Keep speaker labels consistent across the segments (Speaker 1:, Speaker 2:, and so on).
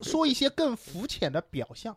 Speaker 1: 说一些更肤浅的表象，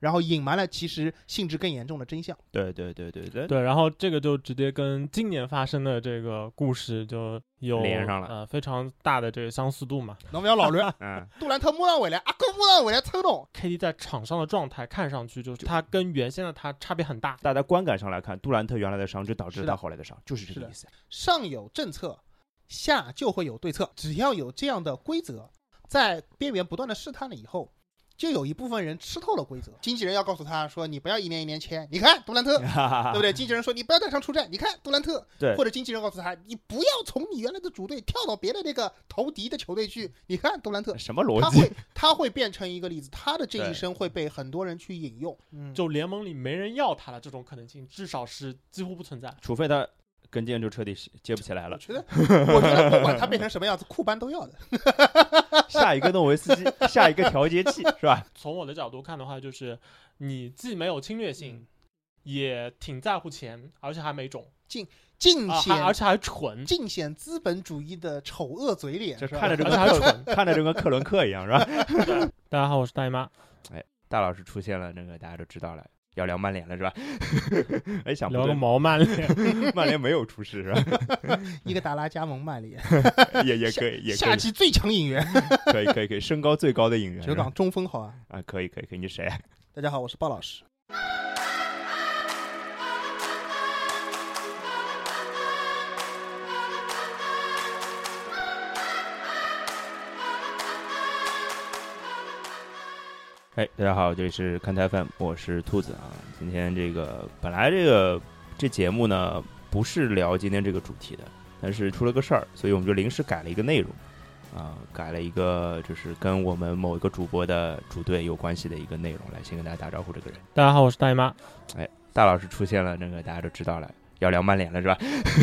Speaker 1: 然后隐瞒了其实性质更严重的真 相。
Speaker 2: 对对对对对，
Speaker 3: 对，然后这个就直接跟今年发生的这个故事就有
Speaker 2: 连上了
Speaker 3: 呃，非常大的这个相似度嘛。
Speaker 1: 侬不要老乱，
Speaker 2: 嗯，
Speaker 1: 杜兰特摸到回啊来，阿哥摸到回来抽动，
Speaker 3: KD 在场上的状态看上去就是他跟原先的他差别很大，
Speaker 2: 大家观感上来看，杜兰特原来的伤就导致
Speaker 1: 是
Speaker 2: 他
Speaker 1: 的
Speaker 2: 后来的伤，就是这
Speaker 1: 是
Speaker 2: 个
Speaker 1: 的
Speaker 2: 意 思。
Speaker 1: 上有政策，下就会有对策。只要有这样的规则，在边缘不断的试探了以后，就有一部分人吃透了规则。经纪人要告诉他说：“你不要一年一年签，你看杜兰 特，对不对？”经纪人说：“你不要带伤出战，你看杜兰特。”
Speaker 2: 对
Speaker 1: 或者经纪人告诉他：“你不要从你原来的主队跳到别的那个投敌的球队去，你看杜兰特。”
Speaker 2: 什么
Speaker 1: 他
Speaker 2: 逻辑？
Speaker 1: 会，他会变成一个例子，他的这一生会被很多人去引用。嗯，
Speaker 3: 就联盟里没人要他的这种可能性，至少是几乎不存在。
Speaker 2: 除非他跟腱就彻底接不起来
Speaker 1: 我
Speaker 2: 了。
Speaker 1: 觉得，我觉得不管他变成什么样子，库班都要的。
Speaker 2: 下一个诺维斯基，下一个调节器是吧？
Speaker 3: 从我的角度看的话，就是你既没有侵略性，
Speaker 1: 嗯
Speaker 3: 也挺在乎钱，而且还没种，
Speaker 1: 尽
Speaker 3: 啊，
Speaker 1: 显、
Speaker 3: 还而且还蠢，
Speaker 1: 尽显资本主义的丑恶嘴脸，
Speaker 2: 这
Speaker 1: 是吧
Speaker 2: 看着就
Speaker 3: 而
Speaker 2: 跟
Speaker 3: 且还
Speaker 2: 克
Speaker 3: 蠢。
Speaker 2: 看着就跟克伦克一样是吧？
Speaker 3: 大家好，我是大姨妈，
Speaker 2: 大老师出现了，那个大家都知道了，要聊曼联了是吧？ 哎，想不
Speaker 3: 聊个
Speaker 2: 对，
Speaker 3: 毛曼联。
Speaker 2: 曼联没有出事是吧？
Speaker 1: 伊戈达拉加盟曼联，
Speaker 2: 也也可以，也可
Speaker 1: 夏
Speaker 2: 以，
Speaker 1: 季最强引援，
Speaker 2: 可以可以可以，身高最高的引援是
Speaker 1: 只
Speaker 2: 吧
Speaker 1: 港中锋好啊！
Speaker 2: 啊，可以可以可以，你谁啊？
Speaker 1: 大家好，我是鲍老师。
Speaker 2: 哎，大家好，这里是看台 FM，我是兔子啊。今天这个本来这个这节目呢不是聊今天这个主题的，但是出了个事儿，所以我们就临时改了一个内容啊、改了一个就是跟我们某一个主播的主队有关系的一个内容来，先跟大家打招呼。这个人，
Speaker 3: 大家好，我是大姨妈，
Speaker 2: 大老师出现了，那个大家都知道了。要聊曼联了是吧？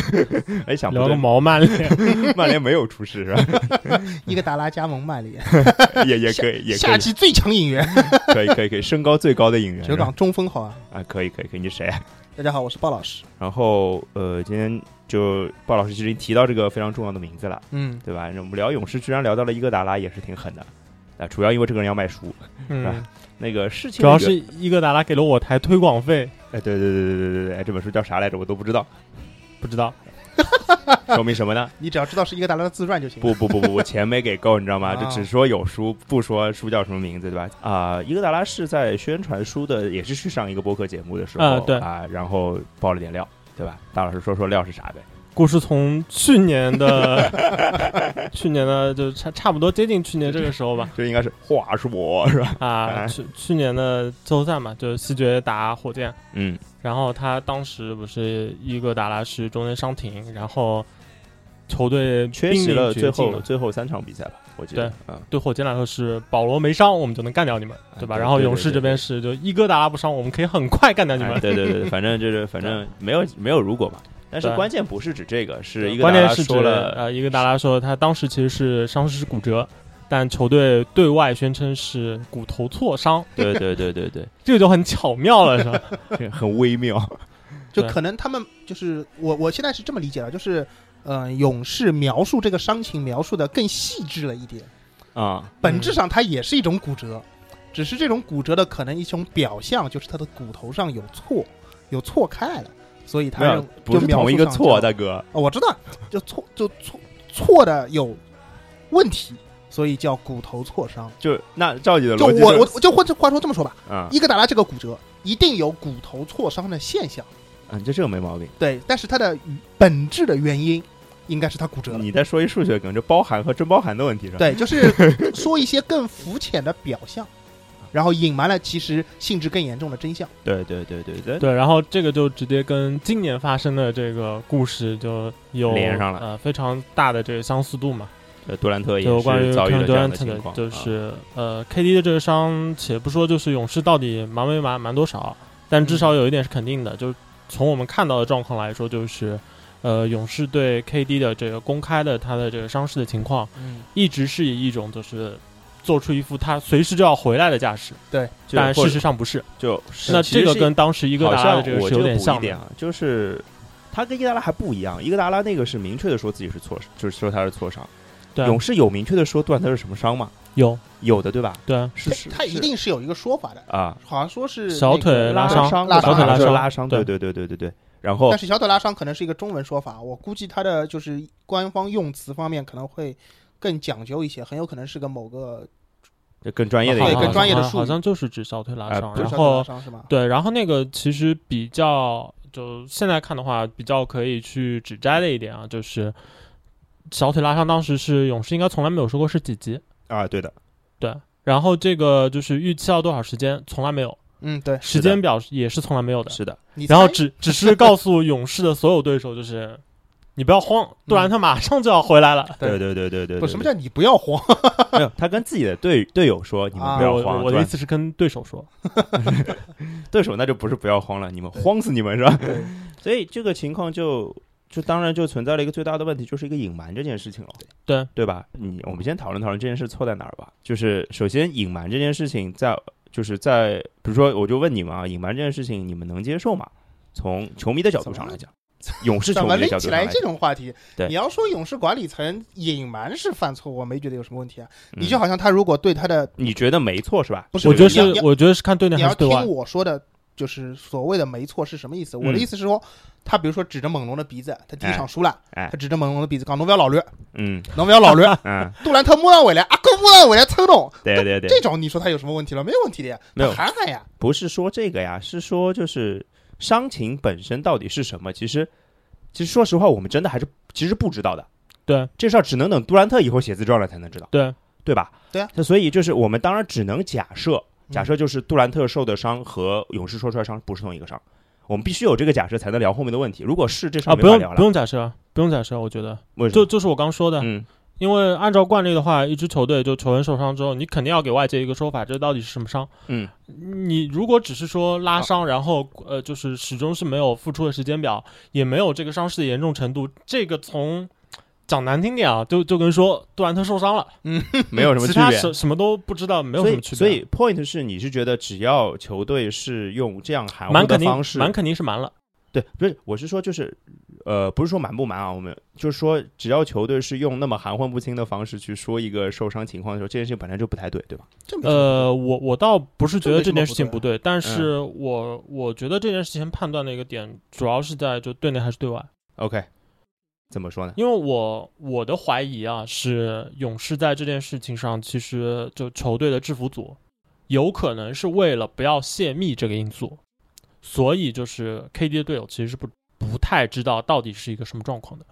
Speaker 2: 哎，想不
Speaker 3: 聊个
Speaker 2: 对，
Speaker 3: 毛曼联。
Speaker 2: 曼联没有出事是吧？
Speaker 1: 伊戈达拉加盟曼联，
Speaker 2: 嗯也也可以，也可
Speaker 1: 夏
Speaker 2: 以，
Speaker 1: 季最强引援，
Speaker 2: 可以可以可以，身高最高的引援
Speaker 1: 只
Speaker 2: 是吧
Speaker 1: 港中锋好啊！
Speaker 2: 啊，可以可以可以，你谁啊？
Speaker 1: 大家好，我是鲍老师。
Speaker 2: 然后呃，今天就鲍老师其实已经提到这个非常重要的名字了，
Speaker 1: 嗯，
Speaker 2: 对吧？那我们聊勇士，居然聊到了伊戈达拉，也是挺狠的。啊，主要因为这个人要卖书，
Speaker 3: 嗯，
Speaker 2: 那个事情
Speaker 3: 主要
Speaker 2: 那个
Speaker 3: 是伊戈达拉给了我台推广费，
Speaker 2: 哎，对对对对对对对，哎这本书叫啥来着？我都不知 道，
Speaker 3: 不知道。
Speaker 2: 说明什么呢？
Speaker 1: 你只要知道是伊戈达拉的自传就行。
Speaker 2: 不不不不，我钱没给够，你知道吗？
Speaker 1: 啊
Speaker 2: 这只说有书，不说书叫什么名字，对吧？啊、伊戈达拉是在宣传书的，也是去上一个播客节目的时候
Speaker 3: 啊对
Speaker 2: 啊，然后爆了点料，对吧？大老师说说料是啥呗？
Speaker 3: 故事从去年的 去年的就差差不多接近去年这个时候吧，
Speaker 2: 这应该是话说，是吧？
Speaker 3: 啊，去去年的季后赛嘛，就是西决打火箭，
Speaker 2: 嗯，
Speaker 3: 然后他当时不是伊戈达拉是中间伤停，然后球队
Speaker 2: 缺席
Speaker 3: 濒临
Speaker 2: 了
Speaker 3: 绝
Speaker 2: 最
Speaker 3: 境
Speaker 2: 后
Speaker 3: 了
Speaker 2: 最后三场比赛吧，我记得。嗯，
Speaker 3: 对火箭来说是保罗没伤，我们就能干掉你们，对吧？
Speaker 2: 哎对
Speaker 3: 然后
Speaker 2: 对
Speaker 3: 勇
Speaker 2: 对
Speaker 3: 士
Speaker 2: 对
Speaker 3: 这边
Speaker 2: 对
Speaker 3: 是就伊戈达拉不伤，我们可以很快干掉你
Speaker 2: 哎
Speaker 3: 们。
Speaker 2: 对对 对，反正就是反正没有没有如果嘛。但是
Speaker 3: 对
Speaker 2: 关键不是指这个，是一个
Speaker 3: 关
Speaker 2: 大
Speaker 3: 键
Speaker 2: 家
Speaker 3: 是指
Speaker 2: 说了，
Speaker 3: 呃，伊戈达拉说他当时其实是伤势是骨折，但球队对外宣称是骨头挫伤，
Speaker 2: 对对对对 对，
Speaker 3: 这个就很巧妙了，是 吧？
Speaker 2: 这很微妙。
Speaker 1: 就
Speaker 3: 对
Speaker 1: 可能他们就是我，我现在是这么理解的，就是。呃，勇士描述这个伤情描述的更细致了一点，
Speaker 2: 啊，
Speaker 1: 本质上它也是一种骨折，只是这种骨折的可能一种表象就是它的骨头上有错，有错开了，所以它
Speaker 2: 没有
Speaker 1: 认
Speaker 2: 不
Speaker 1: 就
Speaker 2: 是
Speaker 1: 描述
Speaker 2: 同一个
Speaker 1: 上
Speaker 2: 错，
Speaker 1: 叫
Speaker 2: 大哥。
Speaker 1: 哦我知道，就错就错错的有问题，所以叫骨头挫伤。
Speaker 2: 就那照你的
Speaker 1: 就
Speaker 2: 逻辑
Speaker 1: 我
Speaker 2: 是，
Speaker 1: 我就换话说这么说吧，
Speaker 2: 啊，
Speaker 1: 伊戈达拉这个骨折一定有骨头挫伤的现象，
Speaker 2: 嗯，这这个没毛病。
Speaker 1: 对，但是它的本质的原因应该是他骨折了。
Speaker 2: 你再说一数学梗，就包含和真包含的问题是吧？
Speaker 1: 对，就是说一些更肤浅的表 象，然后隐瞒了其实性质更严重的真相。
Speaker 2: 对对对对对，
Speaker 3: 对，然后这个就直接跟今年发生的这个故事就有
Speaker 2: 连上了
Speaker 3: 呃非常大的这个相似度嘛。
Speaker 2: 呃杜兰特也
Speaker 3: 就关于
Speaker 2: 是遭遇
Speaker 3: Kevin
Speaker 2: 了这样的
Speaker 3: Durant
Speaker 2: 情况，啊
Speaker 3: 就是呃 KD 的这个伤，且不说就是勇士到底瞒没瞒瞒多少，但至
Speaker 2: 嗯
Speaker 3: 少有一点是肯定的，就是从我们看到的状况来说，就是呃勇士对 KD 的这个公开的他的这个伤势的情况，
Speaker 1: 嗯，
Speaker 3: 一直是以一种就是做出一副他随时就要回来的架势，
Speaker 2: 就
Speaker 3: 但
Speaker 2: 或
Speaker 3: 事
Speaker 2: 者
Speaker 3: 实上不是。
Speaker 2: 就
Speaker 3: 那
Speaker 2: 其实
Speaker 3: 这个
Speaker 2: 是
Speaker 3: 跟当时伊戈
Speaker 2: 好
Speaker 3: 达
Speaker 2: 像
Speaker 3: 拉
Speaker 2: 我
Speaker 3: 的这个是有
Speaker 2: 就
Speaker 3: 点
Speaker 2: 补一
Speaker 3: 像
Speaker 2: 点
Speaker 3: 的，
Speaker 2: 啊，就是他跟伊戈达拉还不一样，伊戈达拉那个是明确的说自己是挫，就是说他是挫伤。
Speaker 3: 对啊
Speaker 2: 勇士有明确的说杜兰特是什么伤吗？
Speaker 3: 有
Speaker 2: 有的对吧？
Speaker 3: 对啊
Speaker 2: 是是
Speaker 1: 他一定是有一个说法的，
Speaker 2: 啊，
Speaker 1: 好像说是
Speaker 3: 小
Speaker 1: 那个
Speaker 3: 腿拉
Speaker 2: 伤，
Speaker 1: 拉
Speaker 2: 小腿
Speaker 1: 伤
Speaker 3: 拉
Speaker 2: 伤，
Speaker 3: 伤
Speaker 2: 拉伤，对
Speaker 3: 对
Speaker 2: 对对对对对。然后
Speaker 1: 但是小腿拉伤可能是一个中文说法，我估计它的就是官方用词方面可能会更讲究一些，很有可能是个某个
Speaker 2: 这更专业的
Speaker 1: 对
Speaker 2: 一
Speaker 1: 哦更
Speaker 2: 个
Speaker 1: 专业的
Speaker 3: 好
Speaker 1: 术语
Speaker 3: 好像就是指小腿拉
Speaker 2: 哎
Speaker 3: 伤，
Speaker 2: 不是
Speaker 1: 小
Speaker 3: 然
Speaker 1: 腿
Speaker 3: 后
Speaker 1: 拉伤是吗？
Speaker 3: 对，然后那个其实比较，就现在看的话，比较可以去指摘的一点啊，就是小腿拉伤，当时是勇士应该从来没有说过是几级，
Speaker 2: 啊，对的，
Speaker 3: 对。然后这个就是预期要多少时间，从来没有，
Speaker 1: 嗯，对，
Speaker 2: 是
Speaker 3: 时
Speaker 2: 的
Speaker 3: 间表也是从来没有的。
Speaker 2: 是的，
Speaker 1: 你
Speaker 3: 然后
Speaker 1: 猜
Speaker 3: 只只是告诉勇士的所有对手，就是你不要慌，杜兰特马上就要回来了。
Speaker 1: 对
Speaker 2: 对对对对对。
Speaker 1: 不
Speaker 2: 对
Speaker 1: 什么
Speaker 2: 对
Speaker 1: 叫你不要慌？
Speaker 2: 没有？他跟自己的队队友说：“你们
Speaker 1: 啊
Speaker 2: 不要
Speaker 3: 我
Speaker 2: 慌。
Speaker 3: 我
Speaker 2: 对
Speaker 3: 的
Speaker 2: 吧
Speaker 3: 意思是跟对手说，
Speaker 2: 对手那就不是不要慌了，你们慌死你们是吧？ 所以这个情况就就当然就存在了一个最大的问题，就是一个隐瞒这件事情了，
Speaker 3: 对
Speaker 2: 对吧？你我们先讨论讨论这件事错在哪儿吧。就是首先隐瞒这件事情在就是在比如说我就问你们啊，隐瞒这件事情你们能接受吗？从球迷的角度上来讲，勇士球
Speaker 1: 怎
Speaker 2: 迷
Speaker 1: 么
Speaker 2: 的
Speaker 1: 拎
Speaker 2: 角度
Speaker 1: 起
Speaker 2: 上来
Speaker 1: 来
Speaker 2: 讲
Speaker 1: 这，种话题？
Speaker 2: 对
Speaker 1: 你要说勇士管理层隐瞒是犯错，我没觉得有什么问题啊。你就
Speaker 2: 嗯
Speaker 1: 好像他如果对他的
Speaker 2: 你觉得没错是吧？
Speaker 1: 不是，
Speaker 3: 我觉得
Speaker 1: 你要
Speaker 3: 是我觉得是看对内
Speaker 1: 你
Speaker 3: 还
Speaker 1: 要
Speaker 3: 是对
Speaker 1: 听
Speaker 3: 外。
Speaker 1: 我说的，就是所谓的没错是什么意思？我的
Speaker 2: 嗯
Speaker 1: 意思是说，他比如说指着猛龙的鼻子，他第一
Speaker 2: 哎
Speaker 1: 场输了，
Speaker 2: 哎
Speaker 1: 他指着猛龙的鼻子讲：“侬不要老略，
Speaker 2: 嗯
Speaker 1: 侬不要 老略。
Speaker 2: 嗯，”
Speaker 1: 杜兰特摸到回来，阿哥摸到回来抽动，
Speaker 2: 对对对
Speaker 1: 这，种你说他有什么问题了？没有问题的呀，
Speaker 2: 没有
Speaker 1: 他喊喊呀，
Speaker 2: 不是说这个呀，是说就是伤情本身到底是什么？其实，其实说实话，我们真的还是其实不知道的。
Speaker 3: 对，
Speaker 2: 这事儿只能等杜兰特以后写字状了才能知道，
Speaker 3: 对
Speaker 2: 对吧？
Speaker 1: 对啊。
Speaker 2: 那所以就是我们当然只能假设，
Speaker 1: 嗯
Speaker 2: 假设就是杜兰特受的伤和勇士说出来的伤不是同一个伤，我们必须有这个假设才能聊后面的问题。如果是这事
Speaker 3: 啊，
Speaker 2: 儿没
Speaker 3: 不
Speaker 2: 法
Speaker 3: 用
Speaker 2: 聊
Speaker 3: 不
Speaker 2: 了，
Speaker 3: 用假设，不用假设，我觉得
Speaker 2: 为什
Speaker 3: 就
Speaker 2: 么？
Speaker 3: 就是我刚说的，
Speaker 2: 嗯，
Speaker 3: 因为按照惯例的话，一支球队就球员受伤之后，你肯定要给外界一个说法，这到底是什么伤？
Speaker 2: 嗯，啊
Speaker 3: 你如果只是说拉伤，然后呃，就是始终是没有付出的时间表，也没有这个伤势的严重程度，这个从讲难听点啊，就就跟说杜兰特受伤了，
Speaker 2: 没有什么
Speaker 3: 嗯 其
Speaker 2: 区
Speaker 3: 他
Speaker 2: 别。
Speaker 3: 什什么都不知道，没有
Speaker 2: 所
Speaker 3: 什么
Speaker 2: 以，
Speaker 3: 区别。啊
Speaker 2: 所以 point 是你是觉得只要球队是用这样含
Speaker 3: 瞒
Speaker 2: 糊
Speaker 3: 肯
Speaker 2: 的
Speaker 3: 定
Speaker 2: 方式，
Speaker 3: 瞒肯定是瞒了，
Speaker 2: 对，不是，我是说，就是，呃，不是说瞒不瞒啊，我们就是说，只要球队是用那么含混不清的方式去说一个受伤情况的时候，这件事情本来就不太对，对吧？
Speaker 1: 这没什么问题，
Speaker 3: 呃，我我倒不是觉得
Speaker 1: 这
Speaker 3: 这
Speaker 1: 没
Speaker 3: 件
Speaker 1: 什么
Speaker 3: 事情
Speaker 1: 不
Speaker 3: 不对，但是我我觉得这件事情判断的一个点，主要是在就对内还是对外。
Speaker 2: OK，怎么说呢？
Speaker 3: 因为我我的怀疑啊，是勇士在这件事情上，其实就球队的制服组有可能是为了不要泄密这个因素，所以就是 KD 的队友其实是不不太知道到底是一个什么状况的。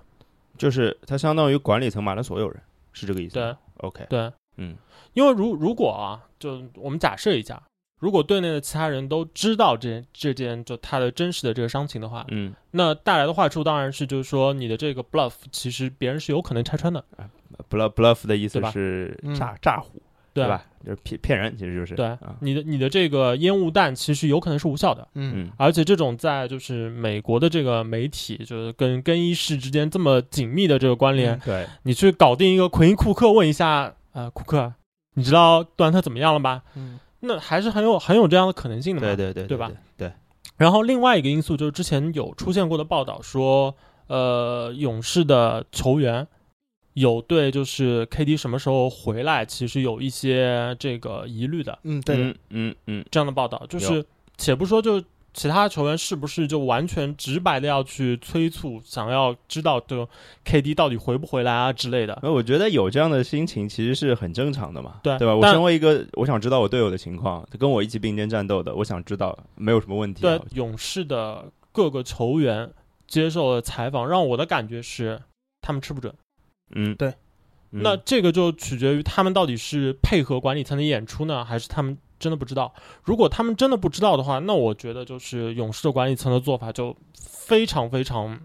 Speaker 2: 就是他相当于管理层瞒了所有人，是这个意思
Speaker 3: 对啊
Speaker 2: 吗？对，OK，
Speaker 3: 对，
Speaker 2: 嗯，
Speaker 3: 因为如如果啊，就我们假设一下，如果队内的其他人都知道这这件就他的真实的这个伤情的话，
Speaker 2: 嗯，
Speaker 3: 那带来的坏处当然是就是说你的这个 bluff 其实别人是有可能拆穿的，
Speaker 2: bluff bluff 的意思
Speaker 3: 对吧
Speaker 2: 是
Speaker 1: 嗯
Speaker 2: 诈诈唬，
Speaker 3: 对？啊
Speaker 2: 吧？就是骗骗人，其实就是
Speaker 3: 对
Speaker 2: 啊，，
Speaker 3: 你的你的这个烟雾弹其实有可能是无效的。
Speaker 1: 嗯，
Speaker 2: 嗯，
Speaker 3: 而且这种在就是美国的这个媒体，就是跟更衣室之间这么紧密的这个关联，
Speaker 1: 嗯
Speaker 2: 对，
Speaker 3: 你去搞定一个奎因库克，问一下，呃，库克，你知道杜兰特怎么样了吧？
Speaker 1: 嗯
Speaker 3: 那还是很有很有这样的可能性的嘛。
Speaker 2: 对对对
Speaker 3: 对吧？
Speaker 2: 对，
Speaker 3: 然后另外一个因素就是之前有出现过的报道说，呃，勇士的球员有对就是 KD 什么时候回来，其实有一些这个疑虑的。
Speaker 1: 嗯，对的，
Speaker 2: 嗯嗯嗯，
Speaker 3: 这样的报道，就是且不说就其他球员是不是就完全直白的要去催促，想要知道就 KD 到底回不回来啊之类的。
Speaker 2: 那我觉得有这样的心情其实是很正常的嘛，
Speaker 3: 对
Speaker 2: 吧？我
Speaker 3: 但
Speaker 2: 身为一个，我想知道我队友的情况，他跟我一起并肩战斗的，我想知道没有什么问题啊、
Speaker 3: 对勇士的各个球员接受了采访，让我的感觉是他们吃不准。
Speaker 2: 嗯，
Speaker 1: 对
Speaker 2: 嗯，
Speaker 3: 那这个就取决于他们到底是配合管理层的演出呢，还是他们真的不知道？如果他们真的不知道的话，那我觉得就是勇士的管理层的做法就非常非常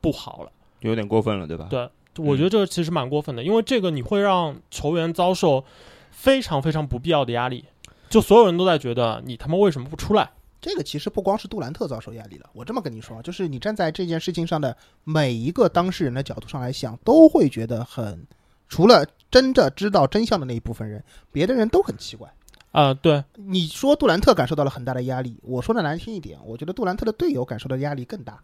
Speaker 3: 不好了。
Speaker 2: 有点过分了，对吧？
Speaker 3: 对我觉得这个其实蛮过分的，因为这个你会让球员遭受非常非常不必要的压力，就所有人都在觉得你他妈为什么不出来？
Speaker 1: 这个其实不光是杜兰特遭受压力了，我这么跟你说，啊就是你站在这件事情上的每一个当事人的角度上来想，都会觉得很，除了真的知道真相的那一部分人，别的人都很奇怪。
Speaker 3: 啊、对，
Speaker 1: 你说杜兰特感受到了很大的压力，我说的难听一点，我觉得杜兰特的队友感受到的压力更大。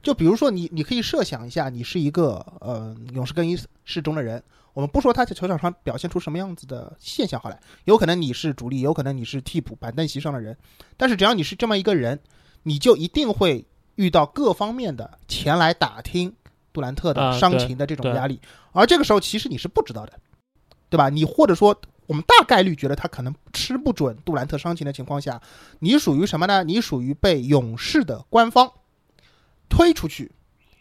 Speaker 1: 就比如说你，你可以设想一下，你是一个呃勇士更衣室中的人，我们不说他在球场上表现出什么样子的现象好了，有可能你是主力，有可能你是替补、板凳席上的人，但是只要你是这么一个人，你就一定会遇到各方面的前来打听杜兰特的
Speaker 3: 啊
Speaker 1: 伤
Speaker 3: 对
Speaker 1: 情的这种
Speaker 3: 对
Speaker 1: 压力，而这个时候其实你是不知道的，对吧？你或者说我们大概率觉得他可能吃不准杜兰特伤情的情况下，你属于什么呢？你属于被勇士的官方推出去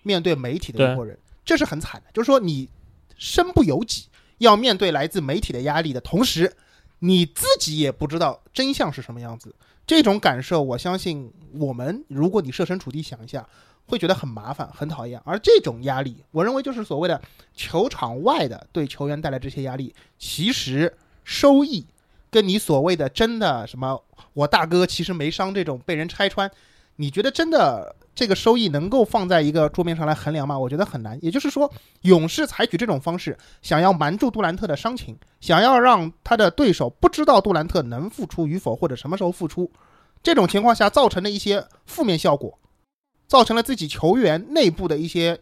Speaker 1: 面对媒体的一拨人，这是很惨的。就是说你身不由己，要面对来自媒体的压力的同时，你自己也不知道真相是什么样子。这种感受，我相信我们如果你设身处地想一下，会觉得很麻烦、很讨厌。而这种压力，我认为就是所谓的球场外的对球员带来这些压力，其实收益跟你所谓的真的什么我大哥其实没伤这种被人拆穿，你觉得真的这个收益能够放在一个桌面上来衡量吗？我觉得很难。也就是说，勇士采取这种方式，想要瞒住杜兰特的伤情，想要让他的对手不知道杜兰特能复出与否或者什么时候复出，这种情况下造成的一些负面效果，造成了自己球员内部的一些。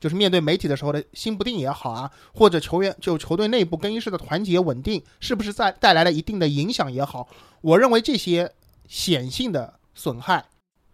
Speaker 1: 就是面对媒体的时候的心不定也好啊，或者球员就球队内部更衣室的团结稳定，是不是在带来了一定的影响也好，我认为这些显性的损害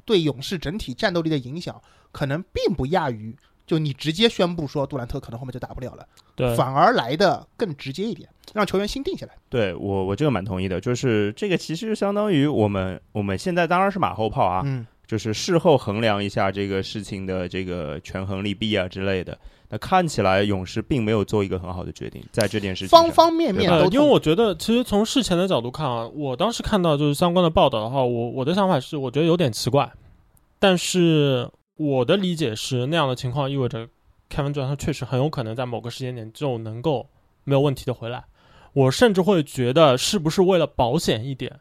Speaker 1: 对勇士整体战斗力的影响，可能并不亚于就你直接宣布说杜兰特可能后面就打不了了，
Speaker 3: 对，
Speaker 1: 反而来的更直接一点，让球员心定下来。
Speaker 2: 对我我这个蛮同意的，就是这个其实相当于我们我们现在当然是马后炮啊，
Speaker 1: 嗯，
Speaker 2: 就是事后衡量一下这个事情的这个权衡利弊啊之类的。那看起来勇士并没有做一个很好的决定，在这件事情上
Speaker 1: 方方面面
Speaker 3: 呃
Speaker 1: 都，
Speaker 3: 因为
Speaker 1: 痛
Speaker 3: 我觉得其实从事前的角度看啊，我当时看到就是相关的报道的话，我我的想法是，我觉得有点奇怪，但是我的理解是那样的情况意味着凯文·杜兰特确实很有可能在某个时间点就能够没有问题的回来。我甚至会觉得，是不是为了保险一点，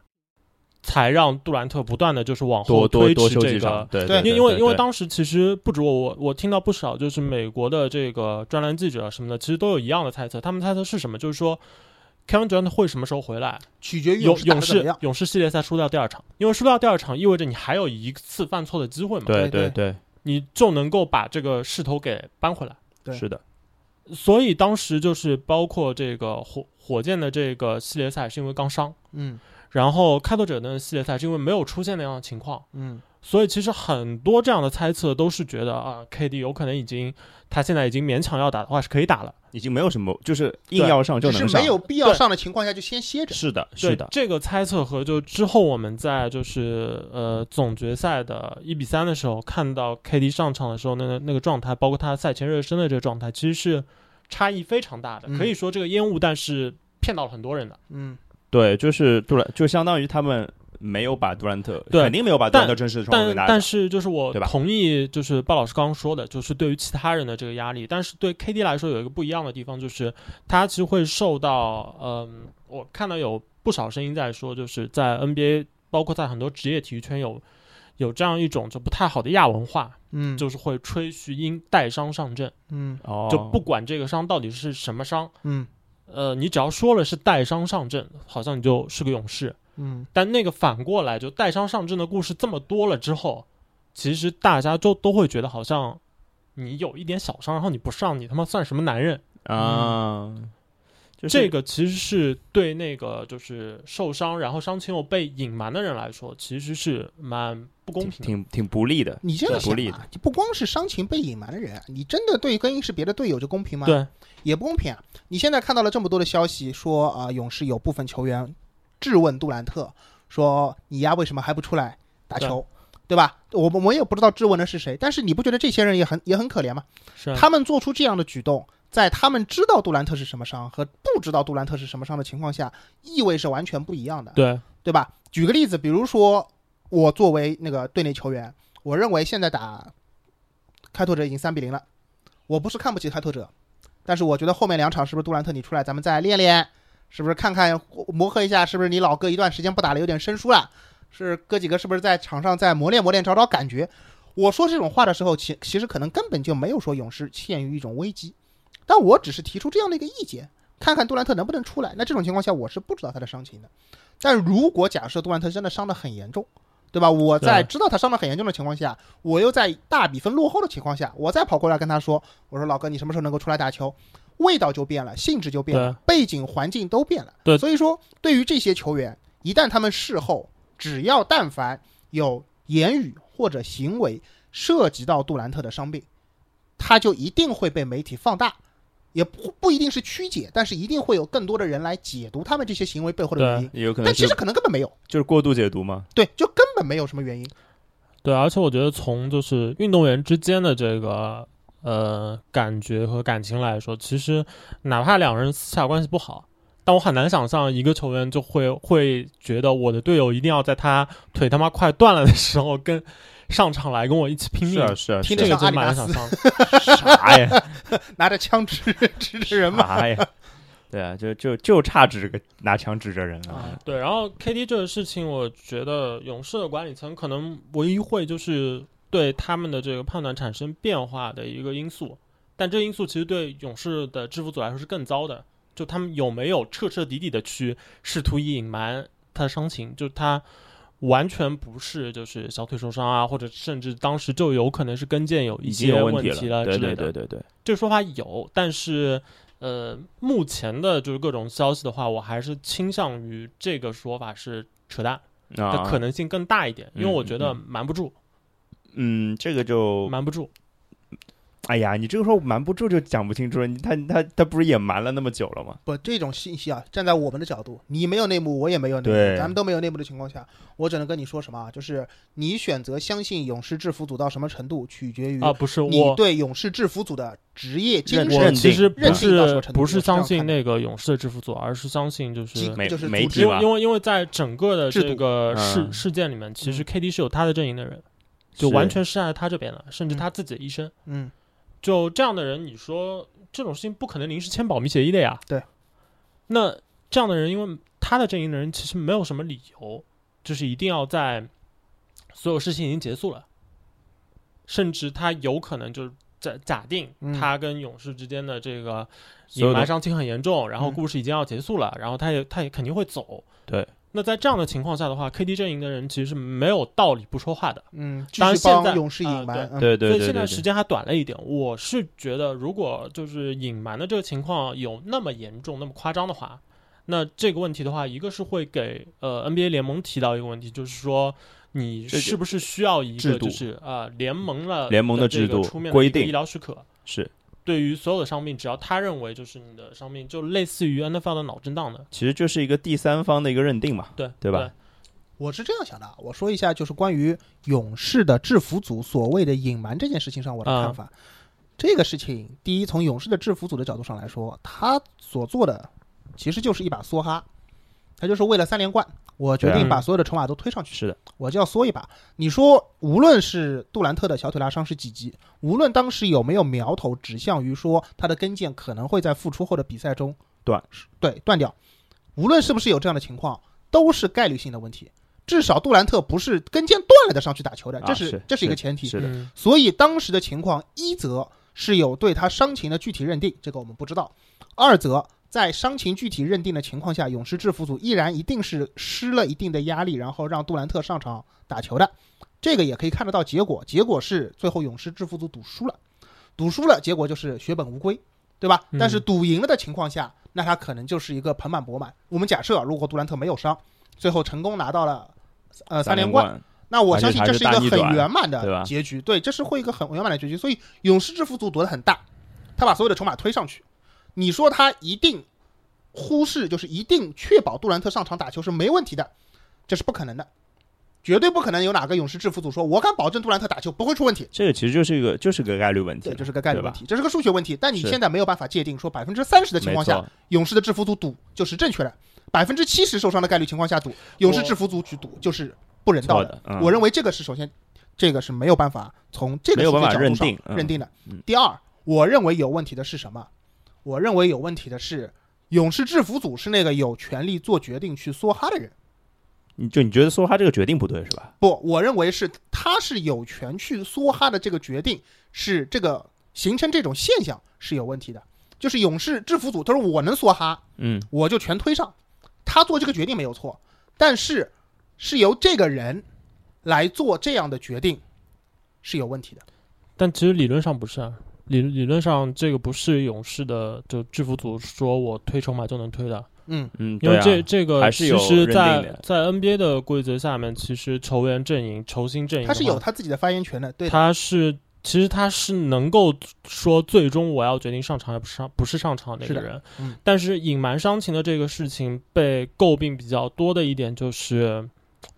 Speaker 3: 才让杜兰特不断的就是往
Speaker 2: 多
Speaker 3: 后
Speaker 2: 多
Speaker 3: 推
Speaker 2: 多
Speaker 3: 迟
Speaker 2: 休
Speaker 3: 这
Speaker 2: 几
Speaker 3: 个
Speaker 2: 场，对
Speaker 1: 对
Speaker 2: 对
Speaker 3: 因为因为
Speaker 2: 对
Speaker 3: 因为
Speaker 2: 对
Speaker 3: 当时其实不止我，我我听到不少就是美国的这个专栏记者什么的，其实都有一样的猜测。他们猜测是什么？就是说，Kevin Durant 会什么时候回来？
Speaker 1: 取决于
Speaker 3: 勇
Speaker 1: 哎打得
Speaker 3: 勇
Speaker 1: 怎么
Speaker 3: 士
Speaker 1: 样。
Speaker 3: 勇士系列赛输掉第二场，因为输掉第二场意味着你还有一次犯错的机会嘛，
Speaker 2: 对
Speaker 1: 对
Speaker 2: 对
Speaker 3: 你就能够把这个势头给扳回来。
Speaker 1: 对
Speaker 2: 是的，
Speaker 3: 所以当时就是包括这个火火箭的这个系列赛是因为刚伤，
Speaker 1: 嗯
Speaker 3: 然后开拓者的系列赛是因为没有出现那样的情况。
Speaker 1: 嗯，
Speaker 3: 所以其实很多这样的猜测都是觉得啊，KD 有可能已经他现在已经勉强要打的话是可以打了。
Speaker 2: 已经没有什么，就是硬要上就
Speaker 1: 只
Speaker 2: 能
Speaker 1: 是
Speaker 2: 上，
Speaker 1: 没有必要
Speaker 3: 对
Speaker 1: 上的情况下就先歇着。
Speaker 2: 是的，
Speaker 3: 对
Speaker 2: 是的，
Speaker 3: 这个猜测和就之后我们在就是呃总决赛的一比三的时候看到 KD 上场的时候，那个那个状态，包括他赛前热身的这个状态，其实是差异非常大的。
Speaker 1: 嗯
Speaker 3: 可以说这个烟雾弹是骗到了很多人的。
Speaker 1: 嗯，
Speaker 2: 对，就是杜兰，就相当于他们没有把杜兰特，
Speaker 3: 对
Speaker 2: 肯定没有把杜兰特真实的状态
Speaker 3: 但
Speaker 2: 给大家
Speaker 3: 但
Speaker 2: 讲。
Speaker 3: 是就是我
Speaker 2: 对吧
Speaker 3: 同意，就是鲍老师刚刚说的，就是对于其他人的这个压力，但是对 KD 来说有一个不一样的地方，就是他其实会受到，嗯，我看到有不少声音在说，就是在 NBA，包括在很多职业体育圈有有这样一种就不太好的亚文化，
Speaker 1: 嗯
Speaker 3: 就是会吹嘘因带伤上阵，
Speaker 1: 嗯
Speaker 2: 哦，
Speaker 3: 就不管这个伤到底是什么伤，
Speaker 1: 嗯
Speaker 3: 呃，你只要说了是带伤上阵，好像你就是个勇士，
Speaker 1: 嗯，
Speaker 3: 但那个反过来，就带伤上阵的故事这么多了之后，其实大家就都会觉得好像你有一点小伤，然后你不上，你他妈算什么男人？
Speaker 2: 啊，就是
Speaker 3: 嗯这个其实是对那个就是受伤，然后伤情又被隐瞒的人来说，其实是蛮不公
Speaker 2: 挺
Speaker 3: 平的。
Speaker 2: 挺挺不利的，
Speaker 1: 你这样
Speaker 2: 对
Speaker 1: 想
Speaker 2: 不利
Speaker 1: 啊，你不光是伤情被隐瞒的人，你真的对更衣室别的队友就公平吗？
Speaker 3: 对，
Speaker 1: 也不公平啊！你现在看到了这么多的消息，说啊、勇士有部分球员质问杜兰特，说你丫为什么还不出来打球，对吧？我们我们也不知道质问的是谁，但是你不觉得这些人也很也很可怜吗？
Speaker 3: 是
Speaker 1: 他们做出这样的举动，在他们知道杜兰特是什么伤和不知道杜兰特是什么伤的情况下，意味是完全不一样的。
Speaker 3: 对
Speaker 1: 对吧？举个例子，比如说我作为那个队内球员，我认为现在打开拓者已经三比零了，我不是看不起开拓者，但是我觉得后面两场是不是杜兰特你出来，咱们再练练，是不是看看磨合一下，是不是你老哥一段时间不打了有点生疏了，是哥几个是不是在场上再磨练磨练，找找感觉。我说这种话的时候，其其实可能根本就没有说勇士陷于一种危机，但我只是提出这样的一个意见，看看杜兰特能不能出来。那这种情况下，我是不知道他的伤情的。但如果假设杜兰特真的伤得很严重，对吧？我在
Speaker 3: 对
Speaker 1: 知道他伤得很严重的情况下，我又在大比分落后的情况下，我再跑过来跟他说：“我说老哥，你什么时候能够出来打球？”味道就变了，性质就变了，背景环境都变了。
Speaker 3: 对
Speaker 1: 所以说对于这些球员，一旦他们事后只要但凡有言语或者行为涉及到杜兰特的伤病，他就一定会被媒体放大，也不不一定是曲解，但是一定会有更多的人来解读他们这些行为背后的原因。
Speaker 2: 也有可能
Speaker 1: 但其
Speaker 2: 是
Speaker 1: 实可能根本没有，
Speaker 2: 就是过度解读嘛。
Speaker 1: 对，就根本没有什么原因。
Speaker 3: 对，而且我觉得从就是运动员之间的这个呃感觉和感情来说，其实哪怕两人私下关系不好，但我很难想象一个球员就会会觉得我的队友一定要在他腿他妈快断了的时候跟上场来跟我一起拼
Speaker 2: 是
Speaker 3: 命。
Speaker 2: 啊是啊，
Speaker 1: 听
Speaker 2: 是
Speaker 1: 着
Speaker 3: 这
Speaker 2: 啊
Speaker 1: 像阿
Speaker 3: 个真
Speaker 1: 里
Speaker 3: 蛮
Speaker 1: 纳
Speaker 3: 难
Speaker 1: 斯
Speaker 3: 想象的，
Speaker 2: 啥 呀
Speaker 1: 拿着枪指指着人嘛，
Speaker 2: 啥呀？对啊，就就就差指个拿枪指着人了
Speaker 1: 啊。
Speaker 3: 对，然后 KD 这个事情，我觉得勇士的管理层可能唯一会就是对他们的这个判断产生变化的一个因素，但这个因素其实对勇士的制服组来说是更糟的，就他们有没有彻彻底底的去试图隐瞒他的伤情，就他完全不是就是小腿受伤啊，或者甚至当时就有可能是跟腱有一
Speaker 2: 已经
Speaker 3: 些
Speaker 2: 有
Speaker 3: 问
Speaker 2: 题
Speaker 3: 题了之
Speaker 2: 对
Speaker 3: 类
Speaker 2: 对对
Speaker 3: 的，
Speaker 2: 对对，
Speaker 3: 这个说法有，但是呃，目前的就是各种消息的话，我还是倾向于这个说法是扯淡的
Speaker 2: 啊，
Speaker 3: 可能性更大一点，因为
Speaker 2: 嗯
Speaker 3: 我
Speaker 2: 嗯
Speaker 3: 觉得
Speaker 2: 嗯
Speaker 3: 瞒不住，
Speaker 2: 嗯，这个就，
Speaker 3: 瞒不住。
Speaker 2: 哎呀，你这个时候瞒不住就讲不清楚了。你他他他不是也瞒了那么久了吗？
Speaker 1: 不，这种信息啊，站在我们的角度，你没有内幕，我也没有内
Speaker 2: 对
Speaker 1: 幕，咱们都没有内幕的情况下，我只能跟你说什么啊，就是你选择相信勇士制服组到什么程度，取决于
Speaker 3: 啊，不是
Speaker 1: 你
Speaker 3: 我，
Speaker 1: 对勇士制服组的职业精
Speaker 2: 认
Speaker 3: 我
Speaker 1: 神，
Speaker 2: 认
Speaker 3: 其实
Speaker 2: 定
Speaker 3: 不
Speaker 1: 认定到什
Speaker 3: 是
Speaker 1: 么程度
Speaker 3: 不
Speaker 1: 我
Speaker 3: 是
Speaker 1: 是这样
Speaker 3: 相信
Speaker 1: 看的
Speaker 3: 那个勇士的制服组，而是相信就是
Speaker 1: 即
Speaker 2: 媒
Speaker 1: 就是
Speaker 2: 媒
Speaker 1: 组
Speaker 2: 体
Speaker 1: 织
Speaker 3: 因为
Speaker 2: 吧
Speaker 3: 因为因为在整个的
Speaker 1: 制
Speaker 3: 这
Speaker 1: 度
Speaker 3: 个事、
Speaker 2: 嗯
Speaker 3: 事件里面，其实
Speaker 1: 嗯
Speaker 3: KD 是有他的阵营的人，就是完全是站在他这边的，甚
Speaker 1: 嗯
Speaker 3: 至他自己的医生。
Speaker 1: 嗯，
Speaker 3: 就这样的人，你说这种事情不可能临时签保密协议的呀。
Speaker 1: 对。
Speaker 3: 那这样的人，因为他的阵营的人其实没有什么理由，就是一定要在所有事情已经结束了，甚至他有可能就是在假定
Speaker 1: 嗯
Speaker 3: 他跟勇士之间的这个
Speaker 2: 所
Speaker 3: 隐
Speaker 2: 有的
Speaker 3: 瞒伤情很严重，然后
Speaker 1: 嗯
Speaker 3: 故事已经要结束了，然后他也他也肯定会走。
Speaker 2: 对。
Speaker 3: 那在这样的情况下的话，KD 阵营的人其实是没有道理不说话的。
Speaker 1: 嗯，继
Speaker 3: 当然
Speaker 1: 续
Speaker 3: 现在
Speaker 1: 帮勇士
Speaker 3: 啊
Speaker 1: 隐瞒，嗯
Speaker 2: 对对
Speaker 3: 所以
Speaker 2: 对
Speaker 3: 现在
Speaker 2: 对
Speaker 3: 时
Speaker 2: 对，
Speaker 3: 间还短了一点。我是觉得，如果就是隐瞒的这个情况有那么严重、那么夸张的话，那这个问题的话，一个是会给呃 NBA 联盟提到一个问题，就是说你
Speaker 2: 这就是
Speaker 3: 不是需要一
Speaker 2: 制
Speaker 3: 个
Speaker 2: 度
Speaker 3: 就是呃联盟了
Speaker 2: 联盟的
Speaker 3: 的这
Speaker 2: 制
Speaker 3: 个
Speaker 2: 度
Speaker 3: 出面的
Speaker 2: 规
Speaker 3: 一个
Speaker 2: 定
Speaker 3: 医疗许可。
Speaker 2: 是
Speaker 3: 对于所有的伤病，只要他认为就是你的伤病，就类似于 NFL 的脑震荡的，
Speaker 2: 其实就是一个第三方的一个认定嘛。
Speaker 3: 对
Speaker 2: 对吧？
Speaker 1: 我是这样想的啊，我说一下就是关于勇士的制服组所谓的隐瞒这件事情上我
Speaker 3: 啊
Speaker 1: 的看法。这个事情，第一，从勇士的制服组的角度上来说，他所做的其实就是一把梭哈，他就是为了三连冠，我决
Speaker 2: 对
Speaker 3: 啊
Speaker 1: 定把所有的筹码都推上去，
Speaker 2: 是的，
Speaker 1: 我就要梭一把。你说，无论是杜兰特的小腿拉伤是几级，无论当时有没有苗头指向于说他的跟腱可能会在复出后的比赛中
Speaker 2: 断，
Speaker 1: 对，断掉，无论是不是有这样的情况，都是概率性的问题。至少杜兰特不是跟腱断了的上去打球的，
Speaker 2: 啊
Speaker 1: 这是、
Speaker 2: 是
Speaker 1: 这是一个
Speaker 2: 是
Speaker 1: 前提。
Speaker 2: 是的
Speaker 3: 嗯
Speaker 1: 所以当时的情况，一则是有对他伤情的具体认定，这个我们不知道；二则在伤情具体认定的情况下，勇士制服组依然一定是施了一定的压力，然后让杜兰特上场打球的。这个也可以看得到结果，结果是最后勇士制服组赌输了，赌输了，结果就是血本无归，对吧？
Speaker 3: 嗯
Speaker 1: 但是赌赢了的情况下，那他可能就是一个盆满钵满。我们假设啊，如果杜兰特没有伤，最后成功拿到了呃三连
Speaker 2: 连
Speaker 1: 冠，
Speaker 2: 冠
Speaker 1: 那我相信这是一个很圆满
Speaker 2: 还是大逆转对吧
Speaker 1: 的结局，对，这是会一个很圆满的结局。所以勇士制服组躲得很大，他把所有的筹码推上去。你说他一定忽视，就是一定确保杜兰特上场打球是没问题的，这是不可能的，绝对不可能有哪个勇士制服组说我敢保证杜兰特打球不会出问题。
Speaker 2: 这个其实就是一个就是个概率问题
Speaker 1: 对，
Speaker 2: 了，
Speaker 1: 这是个概率
Speaker 2: 对吧
Speaker 1: 问题，这是个数学问题。但你
Speaker 2: 是
Speaker 1: 现在没有办法界定说百分之三十的情
Speaker 2: 没
Speaker 1: 况下
Speaker 2: 错，，
Speaker 1: 勇士的制服组赌就是正确的，百分之七十受伤的概率情况下赌，勇士制服组去赌就是不人道
Speaker 2: 错
Speaker 1: 的。
Speaker 2: 的，嗯
Speaker 1: 我认为这个是首先，这个是没有办法从这个
Speaker 2: 没有办法
Speaker 1: 数学角度上
Speaker 2: 认定嗯
Speaker 1: 认定的
Speaker 2: 嗯。
Speaker 1: 第二，我认为有问题的是什么？我认为有问题的是勇士制服组是那个有权利做决定去梭哈的人。
Speaker 2: 你就你觉得说他这个决定不对是吧？
Speaker 1: 不，我认为是他是有权去梭哈的这个决定是这个形成这种现象是有问题的。就是勇士制服组，他说我能梭哈，
Speaker 2: 嗯，
Speaker 1: 我就全推上。他做这个决定没有错，但是是由这个人来做这样的决定是有问题的。
Speaker 3: 但其实理论上不是啊，理理论上这个不是勇士的，就制服组说我推筹码就能推的，
Speaker 1: 嗯
Speaker 2: 嗯，
Speaker 3: 因
Speaker 2: 对
Speaker 3: 为
Speaker 2: 啊
Speaker 3: 这、这个
Speaker 2: 还是
Speaker 3: 其
Speaker 2: 有
Speaker 3: 实
Speaker 2: 认
Speaker 3: 在，
Speaker 2: 定的
Speaker 3: 在 NBA 的规则下面，其实球员阵营、球星阵营
Speaker 1: 他是有
Speaker 3: 的话
Speaker 1: 他自己的发言权的，对的，
Speaker 3: 他是其实他是能够说最终我要决定上场还不上不是上场那
Speaker 1: 是
Speaker 3: 个
Speaker 1: 的
Speaker 3: 人，
Speaker 1: 嗯
Speaker 3: 但是隐瞒伤情的这个事情被诟病比较多的一点就是。